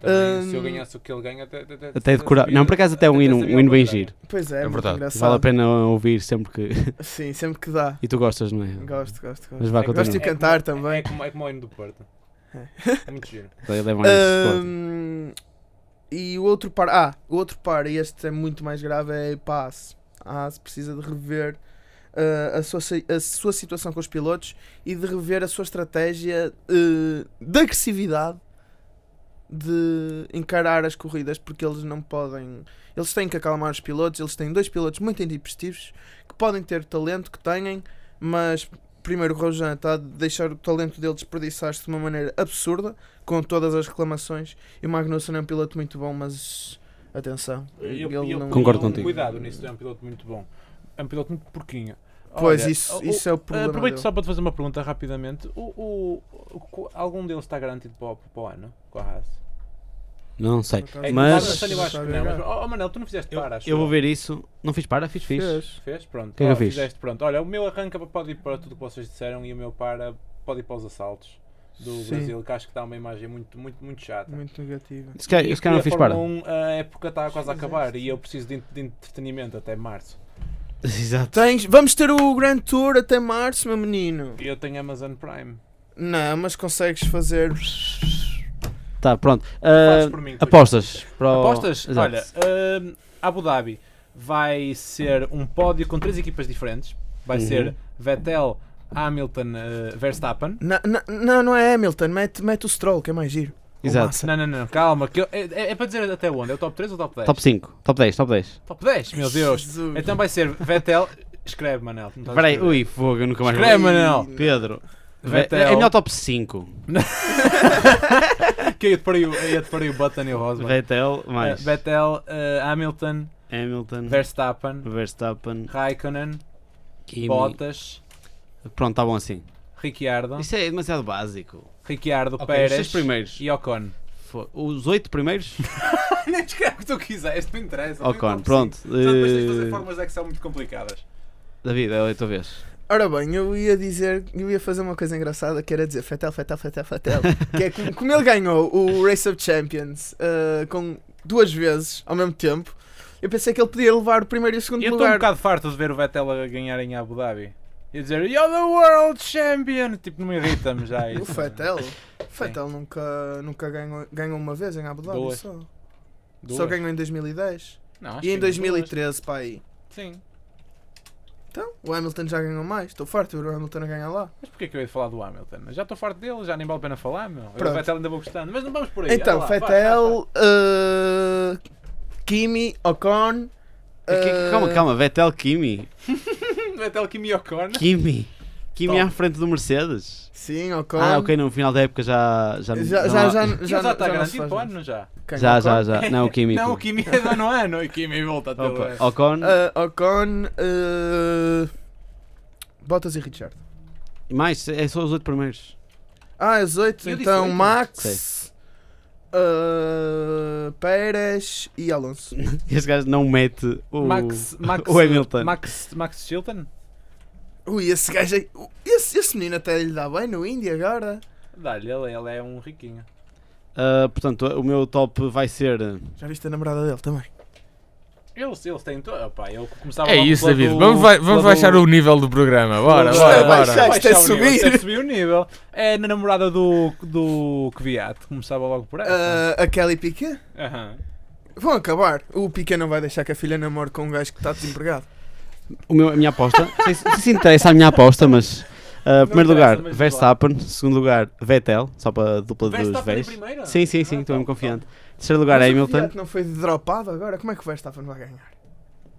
S2: Também, se eu
S5: Hum.
S2: ganhasse o que ele ganha, até, até, até,
S3: Até decorar.
S2: sabia-
S3: Não, por acaso até é um
S2: é. até
S3: hino,
S2: sabia
S3: um hino
S2: ao
S3: bem
S2: contrário.
S3: giro.
S5: Pois é,
S4: É
S5: muito
S4: verdade.
S5: engraçado.
S3: Vale a pena ouvir sempre que.
S5: Sim, sempre que dá.
S3: e tu gostas, não é?
S5: Gosto, gosto, gosto.
S3: Mas vá,
S2: É que-
S3: continua.
S5: Gosto de
S2: é como-
S5: cantar
S2: é-
S5: também.
S2: É como, é como o hino do Porto. É muito giro.
S3: Ele é mais-
S5: Ahm, e o outro par, ah, o outro par, e este é muito mais grave, é passe. Ah, se precisa de rever ah, a, sua, si- a sua situação com os pilotos e de rever a sua estratégia ah, de agressividade de encarar as corridas porque eles não podem. Eles têm que acalmar os pilotos, eles têm dois pilotos muito intempestivos que podem ter o talento que têm, mas primeiro o Rojan está a deixar o talento dele desperdiçar-se de uma maneira absurda com todas as reclamações. E o Magnussen é um piloto muito bom, mas atenção.
S2: Eu,
S5: ele
S2: eu-
S5: não-
S3: Concordo
S2: eu-
S3: contigo.
S2: Cuidado nisso, é um piloto muito bom. É um piloto muito porquinho.
S5: Pois,
S2: Olha,
S5: isso,
S2: o-
S5: isso é o problema.
S2: Aproveito
S5: dele.
S2: só para te fazer uma pergunta rapidamente. O, o- o- algum deles está garantido para, o- para o ano? Com a Haas?
S3: Não sei.
S5: Por acaso,
S2: É que
S3: Mas-
S2: o Magnussen eu acho que não, mas- Oh, oh, Manel, tu não fizeste para, acho
S3: Eu vou ver isso. Não fiz para, fiz, fiz.
S5: Fez.
S2: Fez? Pronto.
S3: que é que
S2: Oh,
S3: eu fiz?
S2: Fizeste, pronto. Olha, o meu arranca pode ir para tudo o que vocês disseram e o meu para pode ir para os assaltos do
S5: Sim.
S2: Brasil, que acho que dá uma imagem muito, muito, muito chata.
S5: Muito negativo.
S3: Se calhar, eu se calhar não
S2: E
S3: fiz
S2: a
S3: para.
S2: Fórmula 1, a época está quase a acabar e eu preciso de, de entretenimento até março.
S3: Exato.
S2: Tá.
S5: Tens, vamos ter o Grand Tour até março, meu menino.
S2: E eu tenho Amazon Prime.
S5: Não, mas consegues fazer.
S3: Tá, pronto.
S2: Fazes
S3: Ah,
S2: por mim, por
S3: apostas. Para o-
S2: Apostas?
S3: Exato.
S2: Olha, hum, Abu Dhabi vai ser um pódio com três equipas diferentes. Vai
S3: Uhum.
S2: ser Vettel, Hamilton, eh, Verstappen.
S5: Na- na- Não, não é Hamilton, mete, mete o Stroll, que é mais giro. Ou
S3: Exato.
S5: Massa.
S2: Não, não, não, calma. Que eu- é, é- é para dizer até onde? É o top 3 ou top 10?
S3: Top 5, top 10, top 10.
S2: Top 10, meu Deus. É-
S5: Jesus.
S2: Então vai ser Vettel. Escreve, Manel. não estás a
S3: Espera aí,
S2: escrever.
S3: ui, fogo, eu nunca mais vou.
S2: Escreve, Manel.
S3: Pedro. Vettel. É a minha top 5.
S2: É Que eu parei o, eu parei o Button e o Rosberg.
S3: Vettel,
S2: Eh,
S3: mais
S2: Vettel, eh, Hamilton,
S3: Hamilton,
S2: Verstappen,
S3: Verstappen,
S2: Raikkonen,
S3: Kimi.
S2: Bottas,
S3: Pronto, estavam assim.
S2: Ricciardo,
S3: Isso é demasiado básico.
S2: Ricciardo,
S3: Ok, os seis
S2: Pérez
S3: primeiros.
S2: e Ocon.
S3: Fo- Os oito primeiros?
S2: Nem escreve o que tu quiseres, não interessa.
S3: Ocon, pronto.
S2: Portanto, depois tens de
S3: Eh,
S2: fazer formas de Excel muito complicadas.
S3: David, é a tua vez.
S5: Ora bem, eu ia dizer, eu ia fazer uma coisa engraçada que era dizer Fatel, Fatel, Fatel, Fatel. que é como, como ele ganhou o Race of Champions ah, com duas vezes ao mesmo tempo, eu pensei que ele podia levar o primeiro e o segundo
S2: Eu estou um
S5: lugar.
S2: bocado farto de ver o Vettel a ganhar em Abu Dhabi. E dizer, you're the world champion! Tipo, não me irrita-me já
S5: O
S2: isso.
S5: Fatel? O Fatel nunca, nunca ganhou, ganhou uma vez em Abu Dhabi
S2: Duas.
S5: só.
S2: Duas.
S5: Só ganhou em 2010
S2: Não, acho
S5: e em
S2: que ganhou duas.
S5: 2013, pá aí.
S2: Sim.
S5: Então, o Hamilton já ganhou mais. Estou farto de ver o Hamilton a ganhar lá.
S2: Mas porquê que eu ia falar do Hamilton? Eu Já estou farto dele, já nem vale a pena falar, meu. Eu
S5: Pronto.
S2: O Vettel ainda vou gostando. Mas não vamos por aí.
S5: Então,
S2: olha lá, vai, vai, vai.
S5: Fatel, ah, Kimi, Ocon. ah,
S3: Calma, calma, Vettel, Kimi.
S2: Vettel, Kimi Ocon.
S3: Kimi. Kimi
S2: Top.
S3: à frente do Mercedes.
S5: Sim, Ocon.
S3: Ah, ok, no final da época já. Já,
S5: Já,
S3: não
S5: já,
S3: há-
S5: já,
S2: Ele
S5: já,
S2: já está
S5: já não se
S2: garantido
S5: faz
S2: para o
S5: mais.
S2: ano, já.
S5: Quem?
S3: já,
S5: Ocon?
S3: já, já. Não, o Kimi.
S2: Ah, Não, o Kimi é do ano ano. E Kimi volta até
S3: Opa, oh,
S2: lá.
S3: Ocon,
S5: Ah, Ocon, ah, eh, Bottas e Richard.
S3: mais, é só os oito primeiros.
S5: Ah, os oito.
S2: Eu disse
S5: Então,
S2: oito.
S5: Max, ah, Pérez e Alonso.
S3: Este gajo não mete o.
S2: Max, Max,
S3: o Hamilton.
S2: Max, Max Chilton?
S5: Ui, esse gajo aí. u- Esse, esse menino até lhe dá bem no Indy agora.
S2: Dá-lhe, ele, ele é um riquinho.
S3: Ah, portanto, o meu top vai ser.
S5: Já viste a namorada dele também.
S2: Eles, eles têm. To... Opá, eu começava
S4: É
S2: logo
S4: isso,
S2: pela
S4: David.
S2: do-
S4: Vamos, vai- vamos
S2: pela do-
S4: baixar o nível do programa. Bora,
S2: Isto
S4: bora,
S5: é
S4: bora.
S5: baixar. isto é
S2: Baixar o nível,
S5: subir.
S2: isto é subir o nível. É na namorada do, do Kvyat, começava logo por essa.
S5: Ah, a Kelly Piquet?
S2: Aham.
S5: Vão acabar. O Piquet não vai deixar que a filha namore com um gajo que está desempregado.
S3: O meu, a minha aposta. não sei se- não sei se interessa a minha aposta, mas. ah, primeiro
S2: interessa,
S3: lugar,
S2: mas
S3: Verstappen. Segundo lugar, Vettel. Só para a dupla dos
S2: Verstappen em
S3: V's.
S2: primeira?
S3: Sim, sim, sim,
S2: Ah,
S3: estou mesmo
S2: top,
S3: confiante. Terceiro lugar,
S5: Mas o
S3: Hamilton.
S5: Fiat não foi dropado agora? Como é que o Verstappen vai ganhar?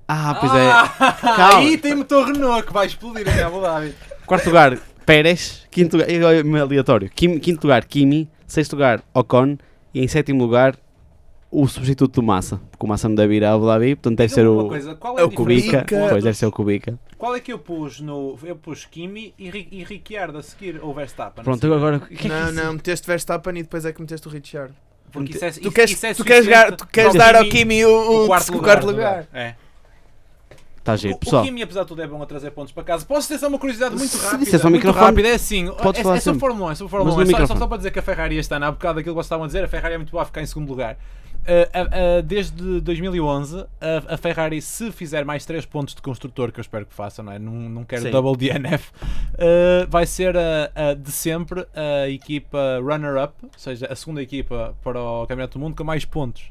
S3: Ah, pois é.
S2: Ah, aí tem motor Renault que vai explodir é em Abu Dhabi.
S3: Quarto lugar, Pérez. Quinto lugar, eu- eu- meu aleatório. Kim- quinto lugar, Kimi. Sexto lugar, Ocon. E em sétimo lugar, o substituto do Massa. Porque o Massa não deve ir à Abu Dhabi, portanto deve ser
S2: Diga-me uma
S3: o,
S2: coisa, qual
S5: é
S2: é a
S5: o
S2: diferença
S3: Kubica.
S2: de pontos?
S3: Pois, deve ser o Kubica.
S2: Qual é que eu pus no. Eu pus Kimi e, Ri- e Ricciardo a seguir, ou Verstappen?
S3: Pronto, eu agora. o que é que
S5: não,
S3: isso-
S5: não, meteste Verstappen e depois é que meteste o Richard.
S2: Porque isso é,
S5: Tu
S2: isso-
S5: queres,
S2: isso é
S5: tu queres, dar-
S2: suficiente
S5: tu queres
S2: para
S5: dar ao Kimi
S3: um
S5: o, o, quarto, lugar,
S2: É.
S3: Tá
S2: O-
S3: giro,
S2: O
S3: pessoal.
S2: Kimi, apesar de tudo, é bom a trazer pontos para casa. Posso ter só uma curiosidade muito
S3: Se
S2: rápida?
S3: disseres ao
S2: muito
S3: microfone,
S2: rápida, é assim.
S3: podes
S2: é,
S3: falar
S2: é sobre
S3: sempre.
S2: Fórmula 1, é sobre Fórmula
S3: Mas no
S2: 1. É só- só,
S3: microfone.
S2: só para dizer que a Ferrari está na bocado daquilo que vocês estavam a dizer, a Ferrari é muito boa a ficar em segundo lugar. Uh, uh, uh, desde 2011, a, a Ferrari, se fizer mais 3 pontos de construtor, que eu espero que faça, não, é? não, não quero
S3: Sim.
S2: double DNF, uh, vai ser a, a de sempre a equipa runner-up, ou seja, a segunda equipa para o Campeonato do Mundo com mais pontos,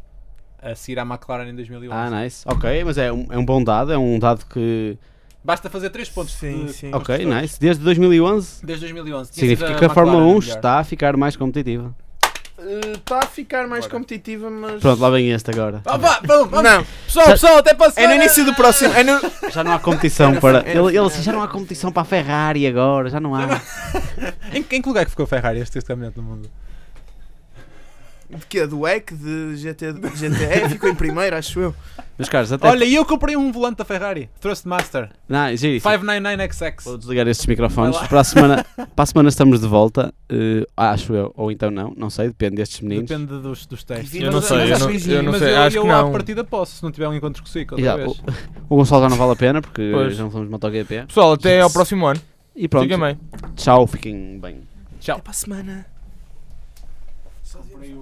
S2: a seguir à McLaren em 2011.
S3: Ah, nice. Ok, mas é um, é um bom dado, é um dado que.
S2: Basta fazer 3 pontos
S5: Sim,
S2: de
S5: sim.
S3: Ok, nice. Desde 2011,
S2: Desde 2011. Tinha
S3: significa
S2: sido
S3: que a Fórmula
S2: McLaren
S3: 1
S2: melhor.
S3: está a ficar mais competitiva.
S5: Está Eh, tá a ficar mais competitiva, mas.
S3: Pronto, lá vem este agora.
S2: Opa, vamos, vamos.
S5: Não,
S2: Pessoal, pessoal, até para a
S5: é no
S2: semana.
S5: início do próximo. É no...
S3: Já não há competição para. Ele, ele assim, já não há competição para a Ferrari agora, já não há.
S2: Em, em que lugar é que ficou a Ferrari este, este campeonato do mundo?
S5: De quê? Do EC? De GT, de GTE? Ficou em primeiro, acho eu.
S3: Meus caros, até.
S2: Olha, e eu comprei um volante da Ferrari. Thrustmaster.
S3: Não, é giro isso.
S2: 599XX.
S3: Vou desligar estes microfones.
S2: Vai lá.
S3: Para a, semana, para a semana estamos de volta. eh, acho eu, ou então não, não sei, depende destes meninos.
S2: Depende dos, dos testes.
S5: Eu não
S4: um
S2: Mas-
S5: sei,
S2: mas
S5: eu
S2: acho
S5: não-
S2: que-
S5: eu
S4: não
S2: mas
S4: sei,
S2: eu,
S4: acho
S2: eu
S4: que
S2: à
S4: não.
S2: partida posso, se não tiver um encontro consigo outra
S3: Já,
S2: vez.
S3: o, o Gonçalo já não vale a pena porque
S4: Pois.
S3: já não somos MotoGP.
S4: Pessoal, até ao próximo ano.
S3: E pronto,
S4: Fiquem bem.
S3: tchau, fiquem bem.
S5: É para a semana.
S2: Comprei o-